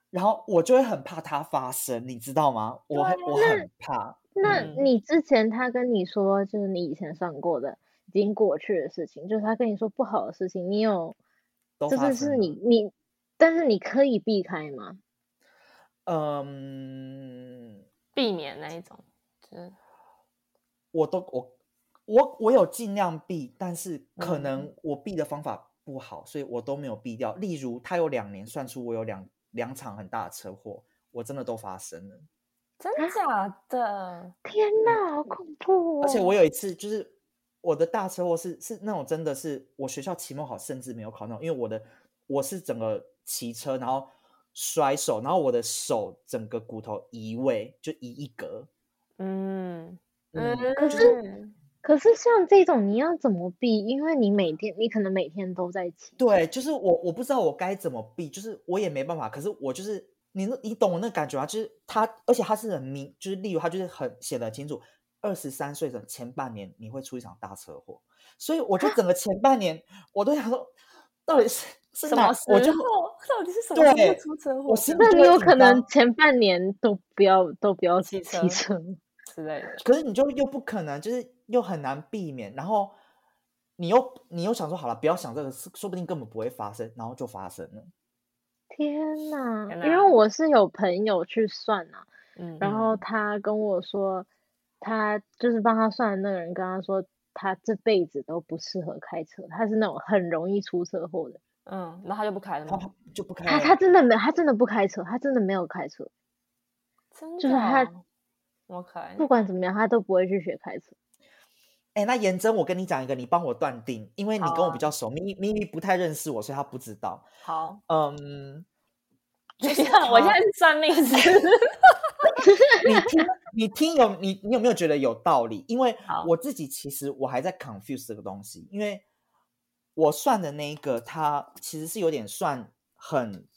Speaker 3: 然后我就会很怕它发生，你知道吗？我很我
Speaker 1: 啊那
Speaker 3: 很怕。
Speaker 1: 那
Speaker 2: 嗯
Speaker 1: 你之前他跟你说，就是你以前算过的已经过去的事情，就是他跟你说不好的事情，你有，
Speaker 3: 都
Speaker 1: 就
Speaker 3: 发
Speaker 1: 是
Speaker 3: 生
Speaker 1: 是
Speaker 3: 了
Speaker 1: 你你，但是你可以避开吗？
Speaker 3: 嗯，
Speaker 2: 避免那一种，就是
Speaker 3: 我都我我我有尽量避，但是可
Speaker 2: 嗯
Speaker 3: 能我避的方法不好，所以我都没有避掉。例如，他有两年算出我有两两场很大的车祸，我真的都发生了。
Speaker 2: 真
Speaker 1: 啊
Speaker 2: 假的，
Speaker 1: 天呐，好恐怖哦！
Speaker 3: 嗯而且我有一次就是我的大车祸是是那种真的是我学校期末考甚至没有考那种，因为我的我是整个骑车然后摔手，然后我的手整个骨头移位就移一格，
Speaker 2: 嗯
Speaker 3: 嗯，
Speaker 1: 可是可是像这种你要怎么避？因为你每天你可能每天都在骑，
Speaker 3: 对，就是我我不知道我该怎么避，就是我也没办法。可是我就是你那你懂我那感觉吗？就是他，而且他是很明，就是例如他就是很写的清楚，二十三岁的前半年你会出一场大车祸，所以我
Speaker 1: 啊
Speaker 3: 就整个前半年我都想说，到 底是是
Speaker 2: 什
Speaker 3: 哪
Speaker 2: 么时？
Speaker 3: 我就
Speaker 2: 候到底是什么时候
Speaker 3: 对
Speaker 2: 出车祸
Speaker 3: 我心里
Speaker 1: 那
Speaker 3: 就
Speaker 1: 你
Speaker 3: 会
Speaker 1: 有
Speaker 3: 紧
Speaker 1: 可能
Speaker 3: 张，
Speaker 1: 前半年都不要都不要
Speaker 2: 骑
Speaker 1: 骑
Speaker 2: 车
Speaker 1: 车，
Speaker 2: 之类的？
Speaker 3: 可是你就又不可能，就是又很难避免，然后你又你又想说好了，不要想这个事，说不定根本不会发生，然后就发生了。
Speaker 1: 天呐，
Speaker 2: 天
Speaker 1: 因为
Speaker 2: 哪
Speaker 1: 我是有朋友去算啊，
Speaker 2: 嗯，
Speaker 1: 然后他跟我说，他就是帮他算的那个人跟他说，他这辈子都不适合开车，他是那种很容易出车祸的。
Speaker 2: 嗯，然后他就不开了
Speaker 3: 然
Speaker 2: 吗？
Speaker 3: 后就不开
Speaker 1: 啊他
Speaker 3: 了。
Speaker 1: 他真的没，他真的不开车，他真的没有开车，
Speaker 2: 真的、哦，
Speaker 1: 就是他
Speaker 2: ，OK，
Speaker 1: 不管怎么样，他都不会去学开车。
Speaker 3: 哎、那颜真，我跟你讲一个，你帮我断定，因为你
Speaker 2: 好
Speaker 3: 跟我
Speaker 2: 啊
Speaker 3: 比较熟，咪咪咪不太认识我，所以他不知道。
Speaker 2: 好，
Speaker 3: 嗯，
Speaker 2: 就
Speaker 3: 就是
Speaker 2: 像 我现
Speaker 3: 他
Speaker 2: 在是算 命师，
Speaker 3: 你 听，你听有你你有没有觉得有道理？因为
Speaker 2: 好
Speaker 3: 我自己其实我还在 confuse 这个东西，因为我算的那一个，它其实是有点算很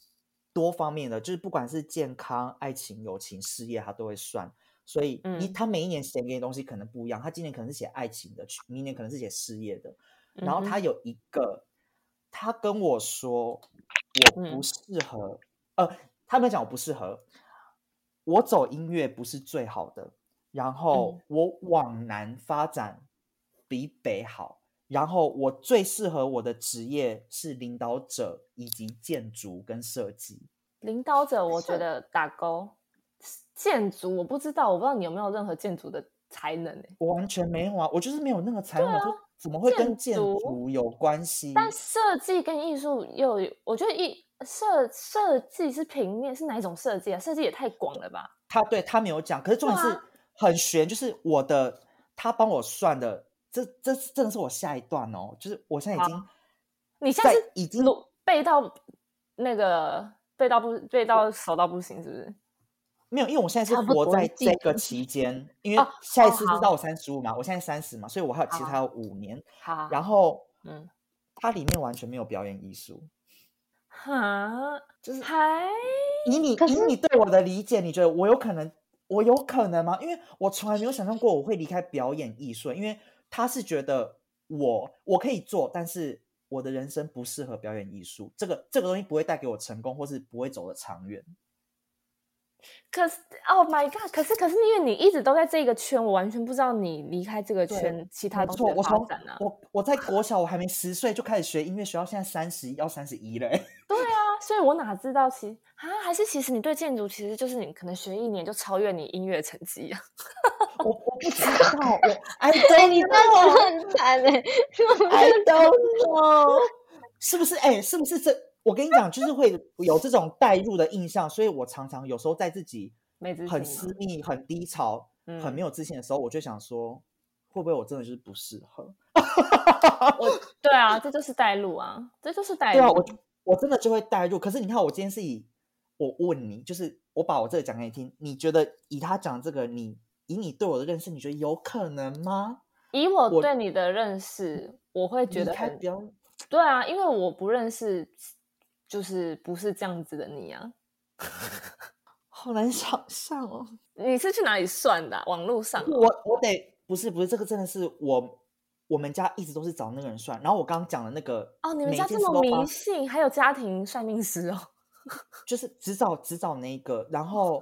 Speaker 3: 多方面的，就是不管是健康、爱情、友情、事业，它都会算。所以你
Speaker 2: 嗯
Speaker 3: 他每一年写给你的东西可能不一样，他今年可能是写爱情的，去明年可能是写事业的。然后
Speaker 2: 嗯
Speaker 3: 他有一个，他跟我说我
Speaker 2: 嗯
Speaker 3: 不适合，呃，他们讲我不适合，我走音乐不是最好的，然
Speaker 2: 嗯
Speaker 3: 后我往南发展比北好，然后我最适合我的职业是领导者以及建筑跟设计。
Speaker 2: 领导者，我觉
Speaker 1: 是
Speaker 2: 得打勾。建筑我不知道，我不知道你有没有任何建筑的才能欸诶、
Speaker 3: 我完全没有啊，我就是没有那个才能，我说怎么会
Speaker 2: 啊建
Speaker 3: 跟建
Speaker 2: 筑
Speaker 3: 筑有关系？
Speaker 2: 但设计跟艺术又有，我觉得艺设设计是平面，是哪一种设计啊？设计也太广了吧？
Speaker 3: 他对他没有讲，可是重点
Speaker 2: 对啊
Speaker 3: 是很悬，就是我的他帮我算的，这这是真的是我下一段哦，就是我现在已经
Speaker 2: 你现在
Speaker 3: 在
Speaker 2: 是
Speaker 3: 已经
Speaker 2: 鲁背到那个背到不背到熟到不行，是不是？
Speaker 3: 没有，因为我现在是
Speaker 1: 差不
Speaker 3: 活
Speaker 1: 多
Speaker 3: 在
Speaker 1: 记
Speaker 3: 这
Speaker 1: 住
Speaker 3: 个期间，因为
Speaker 2: 哦
Speaker 3: 下一
Speaker 2: 哦
Speaker 3: 次是
Speaker 2: 好
Speaker 3: 到我三十五嘛，我现在三十嘛，所以我还有其实
Speaker 2: 好
Speaker 3: 还有五年，
Speaker 2: 好好，
Speaker 3: 然
Speaker 2: 后
Speaker 3: 后
Speaker 2: 嗯，
Speaker 3: 它里面完全没有表演艺术。
Speaker 2: 哈，就是还
Speaker 3: 以你
Speaker 1: 可
Speaker 3: 以
Speaker 1: 是
Speaker 3: 你对我的理解，你觉得我有可能，我有可能吗？因为我从来没有想象过我会离开表演艺术，因为他是觉得我我可以做，但是我的人生不适合表演艺术，这个这个东西不会带给我成功，或是不会走得长远。
Speaker 2: 可是，Oh my God！可是，可是，因为你一直都在这个圈，我完全不知道你离开这个
Speaker 3: 对
Speaker 2: 圈，其他
Speaker 3: 没
Speaker 2: 东西
Speaker 3: 错，
Speaker 2: 的
Speaker 3: 我
Speaker 2: 发
Speaker 3: 从
Speaker 2: 展啊。
Speaker 3: 我我在国小我还没十岁就开始学音乐学校，现在三十要三十一了、欸。
Speaker 2: 对啊，所以我哪知道其啊，还是其实你对建筑其实就是你可能学一年就超越你音乐成绩啊。
Speaker 3: 我我不知道，我 I
Speaker 1: 哎、
Speaker 3: don't
Speaker 1: 你真的
Speaker 3: know，I
Speaker 1: 很惨 哎、
Speaker 3: don't know，是 不是？哎、是不是这？我跟你讲，就是会有这种代入的印象，所以我常常有时候在自己
Speaker 2: 没自
Speaker 3: 很
Speaker 2: 信嗯
Speaker 3: 私密、很低潮、很没有自信的时候，我就想说，会不会我真的就是不适合？
Speaker 2: 我对啊，这就是带路啊，这就是带
Speaker 3: 对
Speaker 2: 路。
Speaker 3: 啊，我就我真的就会代入。可是你看，我今天是以我问你，就是我把我这个讲给你听，你觉得以他讲这个，你以你对我的认识，你觉得有可能吗？
Speaker 2: 以我
Speaker 3: 我
Speaker 2: 对你的认识，我会觉
Speaker 3: 离
Speaker 2: 得
Speaker 3: 开
Speaker 2: 很
Speaker 3: 表演
Speaker 2: 对啊，因为我不认识，就是不是这样子的你啊。
Speaker 3: 好难想象哦。
Speaker 2: 你是去哪里算的啊、网络上啊、
Speaker 3: 我我得不是不是，这个真的是我我们家一直都是找那个人算。然后我刚刚讲的那个
Speaker 2: 哦，你们
Speaker 3: 每一
Speaker 2: 家
Speaker 3: 件
Speaker 2: 这
Speaker 3: 事
Speaker 2: 么
Speaker 3: 都
Speaker 2: 迷
Speaker 3: 帮
Speaker 2: 信，还有家庭算命师哦。
Speaker 3: 就是只找只找那一个。然 后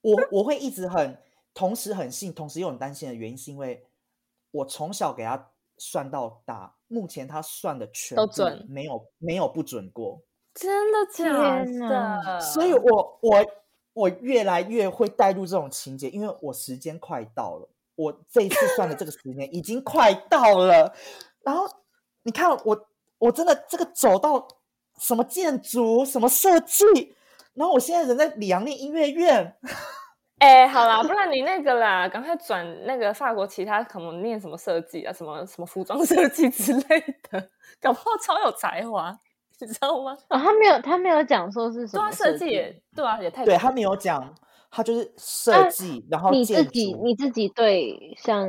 Speaker 3: 我我会一直很同时很信，同时又很担心的原因，是因为我从小给他算到大，目前他算的全
Speaker 2: 都
Speaker 3: 部
Speaker 2: 准
Speaker 3: 没有没有不准过。
Speaker 2: 真的假
Speaker 1: 天
Speaker 2: 的？
Speaker 1: 哪
Speaker 3: 所以我我我越来越会带入这种情节，因为我时间快到了，我这一次算的这个时间已经快到了。然后你看我，我真的这个走到什么建筑、什么设计，然后我现在人在里昂念音乐 院，
Speaker 2: 哎、好啦，不然你那个啦，赶快转那个法国其他可能念什么设计啊，什么什么服装设计之类的，搞不好超有才华，你知道吗？
Speaker 1: 哦，他没有他没有讲说是什
Speaker 2: 对啊，
Speaker 1: 么
Speaker 2: 设计
Speaker 1: 计
Speaker 2: 也对啊，也太
Speaker 3: 对他没有讲，他就是设
Speaker 1: 啊
Speaker 3: 计，然后
Speaker 1: 你自
Speaker 3: 建
Speaker 1: 己
Speaker 3: 筑。
Speaker 1: 你自己对像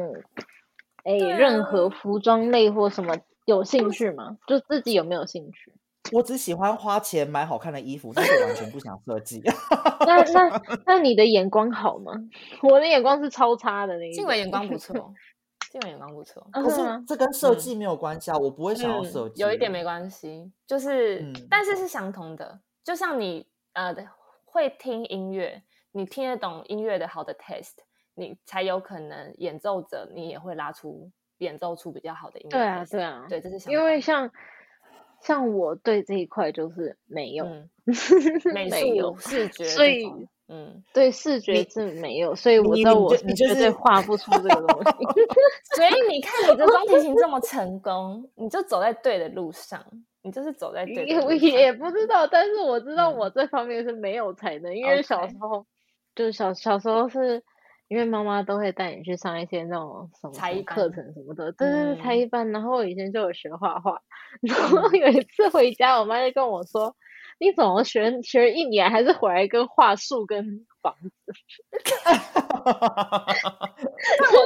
Speaker 1: 哎、
Speaker 2: 对
Speaker 1: 任
Speaker 2: 啊
Speaker 1: 何服装类或什么有兴趣吗？就自己有没有兴趣？
Speaker 3: 我只喜欢花钱买好看的衣服，但是我完全不想设计。
Speaker 1: 那 那那你的眼光好吗？ 我的眼光是超差的那一
Speaker 2: 静
Speaker 1: 种
Speaker 2: 伟眼光 不错， 哦静伟眼光不错，
Speaker 1: 啊
Speaker 3: 可
Speaker 1: 是
Speaker 3: 是
Speaker 1: 吗
Speaker 3: 这跟设计没有关系啊，我不会想要设
Speaker 2: 嗯，
Speaker 3: 计。
Speaker 2: 有一点没关系，就是、
Speaker 3: 嗯
Speaker 2: 但是是相同的，就像你呃会听音乐，你听得懂音乐的好的 taste，你才有可能演奏者你也会拉出演奏出比较好的音乐
Speaker 1: 对啊
Speaker 2: taste。
Speaker 1: 对啊，
Speaker 2: 对，这是相
Speaker 1: 因
Speaker 2: 同
Speaker 1: 为
Speaker 2: 的
Speaker 1: 像像我对这一块就是没有，
Speaker 2: 嗯美
Speaker 1: 没有
Speaker 2: 术视觉这种，
Speaker 1: 所以
Speaker 2: 嗯，
Speaker 1: 对视觉是没有，所以我
Speaker 3: 你
Speaker 1: 知道
Speaker 3: 你
Speaker 1: 我
Speaker 3: 就你
Speaker 1: 绝
Speaker 3: 就
Speaker 1: 对
Speaker 3: 是
Speaker 1: 画不出这个东西。
Speaker 2: 所以你看你的钢琴琴这么成功，你就走在对的路上，你就是走在哎对的
Speaker 1: 也
Speaker 2: 路
Speaker 1: 我
Speaker 2: 上。
Speaker 1: 也不知道，但是我知道
Speaker 2: 嗯
Speaker 1: 我这方面是没有才能，因为小
Speaker 2: OK
Speaker 1: 时候就是小小时候是因为妈妈都会带你去上一些那种什么
Speaker 2: 才
Speaker 1: 什么
Speaker 2: 艺
Speaker 1: 课程
Speaker 2: 班
Speaker 1: 什么的，对对对，才
Speaker 2: 嗯
Speaker 1: 艺班。然后我以前就有学画画，然后有一次回家，我妈就跟我说：“你怎么学学一年，还是回来跟画树跟房子？”但
Speaker 2: 我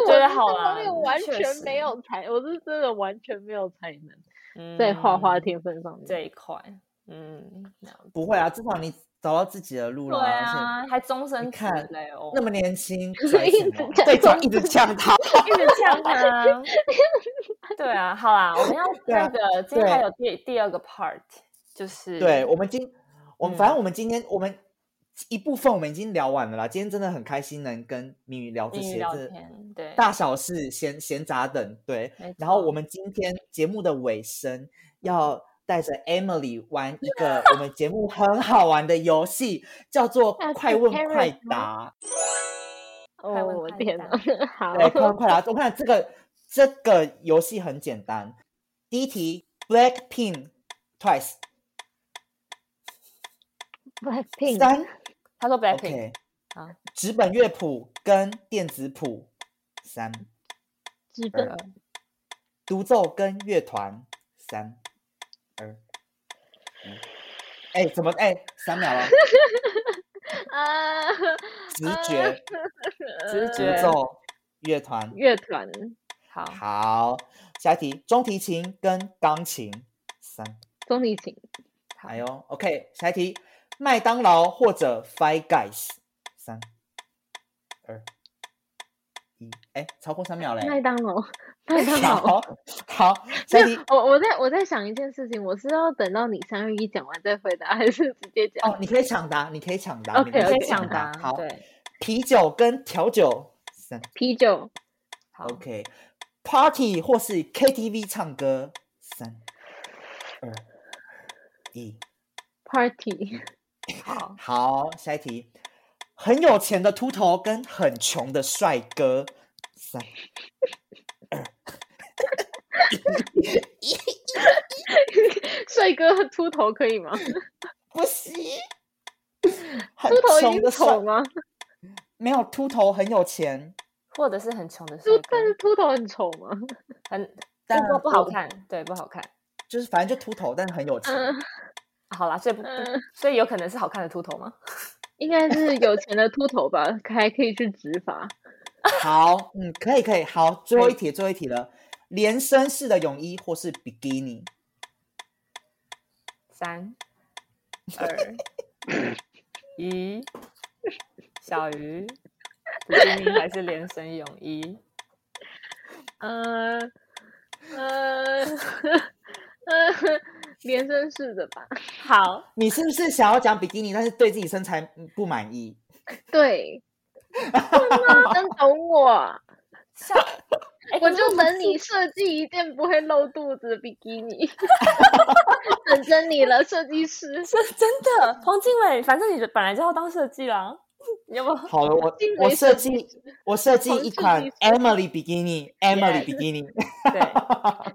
Speaker 2: 觉得好
Speaker 1: 这方
Speaker 2: 啦
Speaker 1: 面完
Speaker 2: 确
Speaker 1: 全没
Speaker 2: 实
Speaker 1: 有才，我是真的完全没有才能
Speaker 2: 嗯
Speaker 1: 在画画天分上面。
Speaker 2: 这一块，嗯，了解
Speaker 3: 不会啊，至少你找到自己的路
Speaker 2: 对
Speaker 3: 了。而且
Speaker 2: 啊，还终身职
Speaker 3: 看
Speaker 2: 嘞哦，
Speaker 3: 那么年轻，拽
Speaker 1: 一
Speaker 3: 什
Speaker 1: 直
Speaker 3: 么
Speaker 1: 讲
Speaker 3: 对，就一直呛他。
Speaker 2: 一直呛他，对啊，好啦，我们要
Speaker 3: 对啊
Speaker 2: 那个今天还
Speaker 3: 对
Speaker 2: 有第第二个 part，就是
Speaker 3: 对，我们今我们反
Speaker 2: 嗯
Speaker 3: 正我们今天我们一部分我们已经聊完了啦。今天真的很开心能跟米宇聊这
Speaker 2: 英语
Speaker 3: 些，
Speaker 2: 聊
Speaker 3: 这
Speaker 2: 天，对，
Speaker 3: 大小事、闲闲杂等，对
Speaker 2: 没。
Speaker 3: 然后
Speaker 2: 错
Speaker 3: 我们今天节目的尾声要带着 Emily 玩一个我们节目很好玩的游戏，叫做
Speaker 1: 那是
Speaker 3: 快问
Speaker 1: carrot
Speaker 3: 快
Speaker 1: 吗
Speaker 3: 答。
Speaker 2: 快问
Speaker 1: 哦，我
Speaker 2: 快
Speaker 1: 天
Speaker 2: 答
Speaker 1: 哪！ 好，
Speaker 3: 对，快问快答。我看这个这个游戏很简单，第一题 Blackpink Twice
Speaker 1: Blackpink
Speaker 3: 三
Speaker 2: 他说 Blackpink，
Speaker 3: OK
Speaker 2: 好
Speaker 3: 纸本乐谱跟电子谱三，
Speaker 1: 日本
Speaker 3: 二独奏跟乐团三二一。哎，怎么哎？三 秒了，
Speaker 1: 啊，
Speaker 3: 直觉。
Speaker 2: 直
Speaker 1: 呃
Speaker 2: 觉
Speaker 3: 节奏乐团。
Speaker 1: 乐团
Speaker 2: 好，
Speaker 3: 好，下一题，中提琴跟钢琴三。
Speaker 1: 中提琴
Speaker 3: 哎呦，OK，下一题，麦当劳或者 Five Guys 三二一，哎，超过三秒嘞。
Speaker 1: 麦当劳 麦当劳。
Speaker 3: 好好，
Speaker 1: 没
Speaker 3: 下
Speaker 1: 有
Speaker 3: 一题。
Speaker 1: 我我在我在想一件事情，我是要等到你三二一讲完再回答，还是直接讲？
Speaker 3: 哦，你可以抢答，你可以抢答
Speaker 1: OK，
Speaker 3: 你
Speaker 2: 可以
Speaker 1: OK
Speaker 2: 抢答，
Speaker 3: 好，
Speaker 2: 对，
Speaker 3: 啤酒跟调酒三
Speaker 1: 啤酒、
Speaker 2: 好，
Speaker 3: OK，Party 或是 KTV 唱歌三二一。
Speaker 1: party、
Speaker 2: 好，
Speaker 3: 好，下一题，很有钱的秃头跟很穷的帅哥，三
Speaker 1: 帅哥秃头可以吗？
Speaker 3: 不行，很
Speaker 1: 秃头已
Speaker 3: 穷
Speaker 1: 经
Speaker 3: 的帅
Speaker 1: 丑吗？
Speaker 3: 没有秃头很有钱，
Speaker 2: 或者是很穷的帅
Speaker 1: 秃
Speaker 2: 哥，
Speaker 1: 但是秃头很丑吗？
Speaker 2: 很
Speaker 3: 啊但
Speaker 2: 不过不好
Speaker 3: 我
Speaker 2: 看，对，不好看。
Speaker 3: 就是反正就秃头，但很有钱。
Speaker 1: 嗯
Speaker 2: 好啦，所以不、
Speaker 1: 嗯，
Speaker 2: 所以有可能是好看的秃头吗？
Speaker 1: 应该是有钱的秃头吧，还可以去植发。
Speaker 3: 好，嗯，可以可以，好，最后
Speaker 2: 可以
Speaker 3: 一题，最后一题了，连身式的泳衣或是比基尼，
Speaker 2: 三、二、 一，小鱼，比基尼还是连身泳 衣？
Speaker 1: 呃呃 呃，连身式的吧？
Speaker 2: 好，
Speaker 3: 你是不是想要讲比基尼，但是对自己身材嗯不满意？
Speaker 1: 对，真的能懂我？
Speaker 2: 下，哎
Speaker 1: 我
Speaker 2: 可是
Speaker 1: 就
Speaker 2: 不
Speaker 1: 等
Speaker 2: 是
Speaker 1: 你设计一件不会露肚子的比基 尼，等着你了，设计师。
Speaker 2: 是真的， 彭靖伟，反正你本来就要当设计啦，你要不要？
Speaker 3: 好 了，我
Speaker 1: 惊
Speaker 3: 我
Speaker 1: 为
Speaker 3: 设
Speaker 1: 设计
Speaker 3: 计我设计
Speaker 1: 从
Speaker 3: 一
Speaker 1: 设
Speaker 3: 款
Speaker 1: 计师
Speaker 3: Emily 比基尼，Emily 比基尼。
Speaker 2: 对，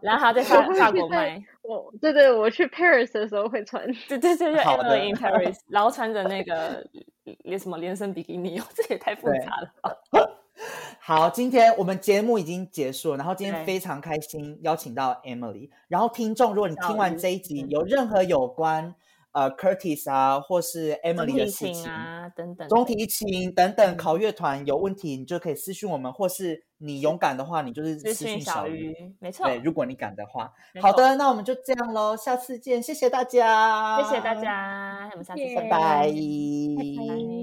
Speaker 2: 然后还要在法
Speaker 1: 我会
Speaker 2: 法
Speaker 1: 去
Speaker 2: 国
Speaker 1: 在
Speaker 2: 卖，
Speaker 1: 我对对，我去 Paris 的时候会穿。
Speaker 2: 对对对对
Speaker 3: 好的
Speaker 2: ，Emily in Paris，然后穿着那个连什么连身比基尼，哦这也太复
Speaker 3: 对
Speaker 2: 杂了吧。
Speaker 3: 好，今天我们节目已经结束了，然后今
Speaker 2: 对
Speaker 3: 天非常开心邀请到 Emily，然后听众，如果你
Speaker 2: 小
Speaker 3: 听完
Speaker 2: 鱼
Speaker 3: 这一集
Speaker 2: 嗯
Speaker 3: 有任何有关呃 Curtis 啊，或是 Emily 的事
Speaker 2: 提琴
Speaker 3: 情。
Speaker 2: 啊等等的，
Speaker 3: 中提琴等等
Speaker 2: 嗯
Speaker 3: 考乐团有问题，你就可以私讯我们，或是你勇敢的话，你就是
Speaker 2: 资
Speaker 3: 私
Speaker 2: 讯
Speaker 3: 讯
Speaker 2: 小
Speaker 3: 小
Speaker 2: 鱼
Speaker 3: 鱼。，
Speaker 2: 没错，
Speaker 3: 对，如果你敢的话。
Speaker 2: 没
Speaker 3: 好
Speaker 2: 错，
Speaker 3: 的，那我们就这样喽，下次见，谢谢大家，
Speaker 2: 谢谢大，家，我们下次
Speaker 1: 谢
Speaker 2: 见
Speaker 3: 拜拜。
Speaker 1: 拜拜
Speaker 2: 拜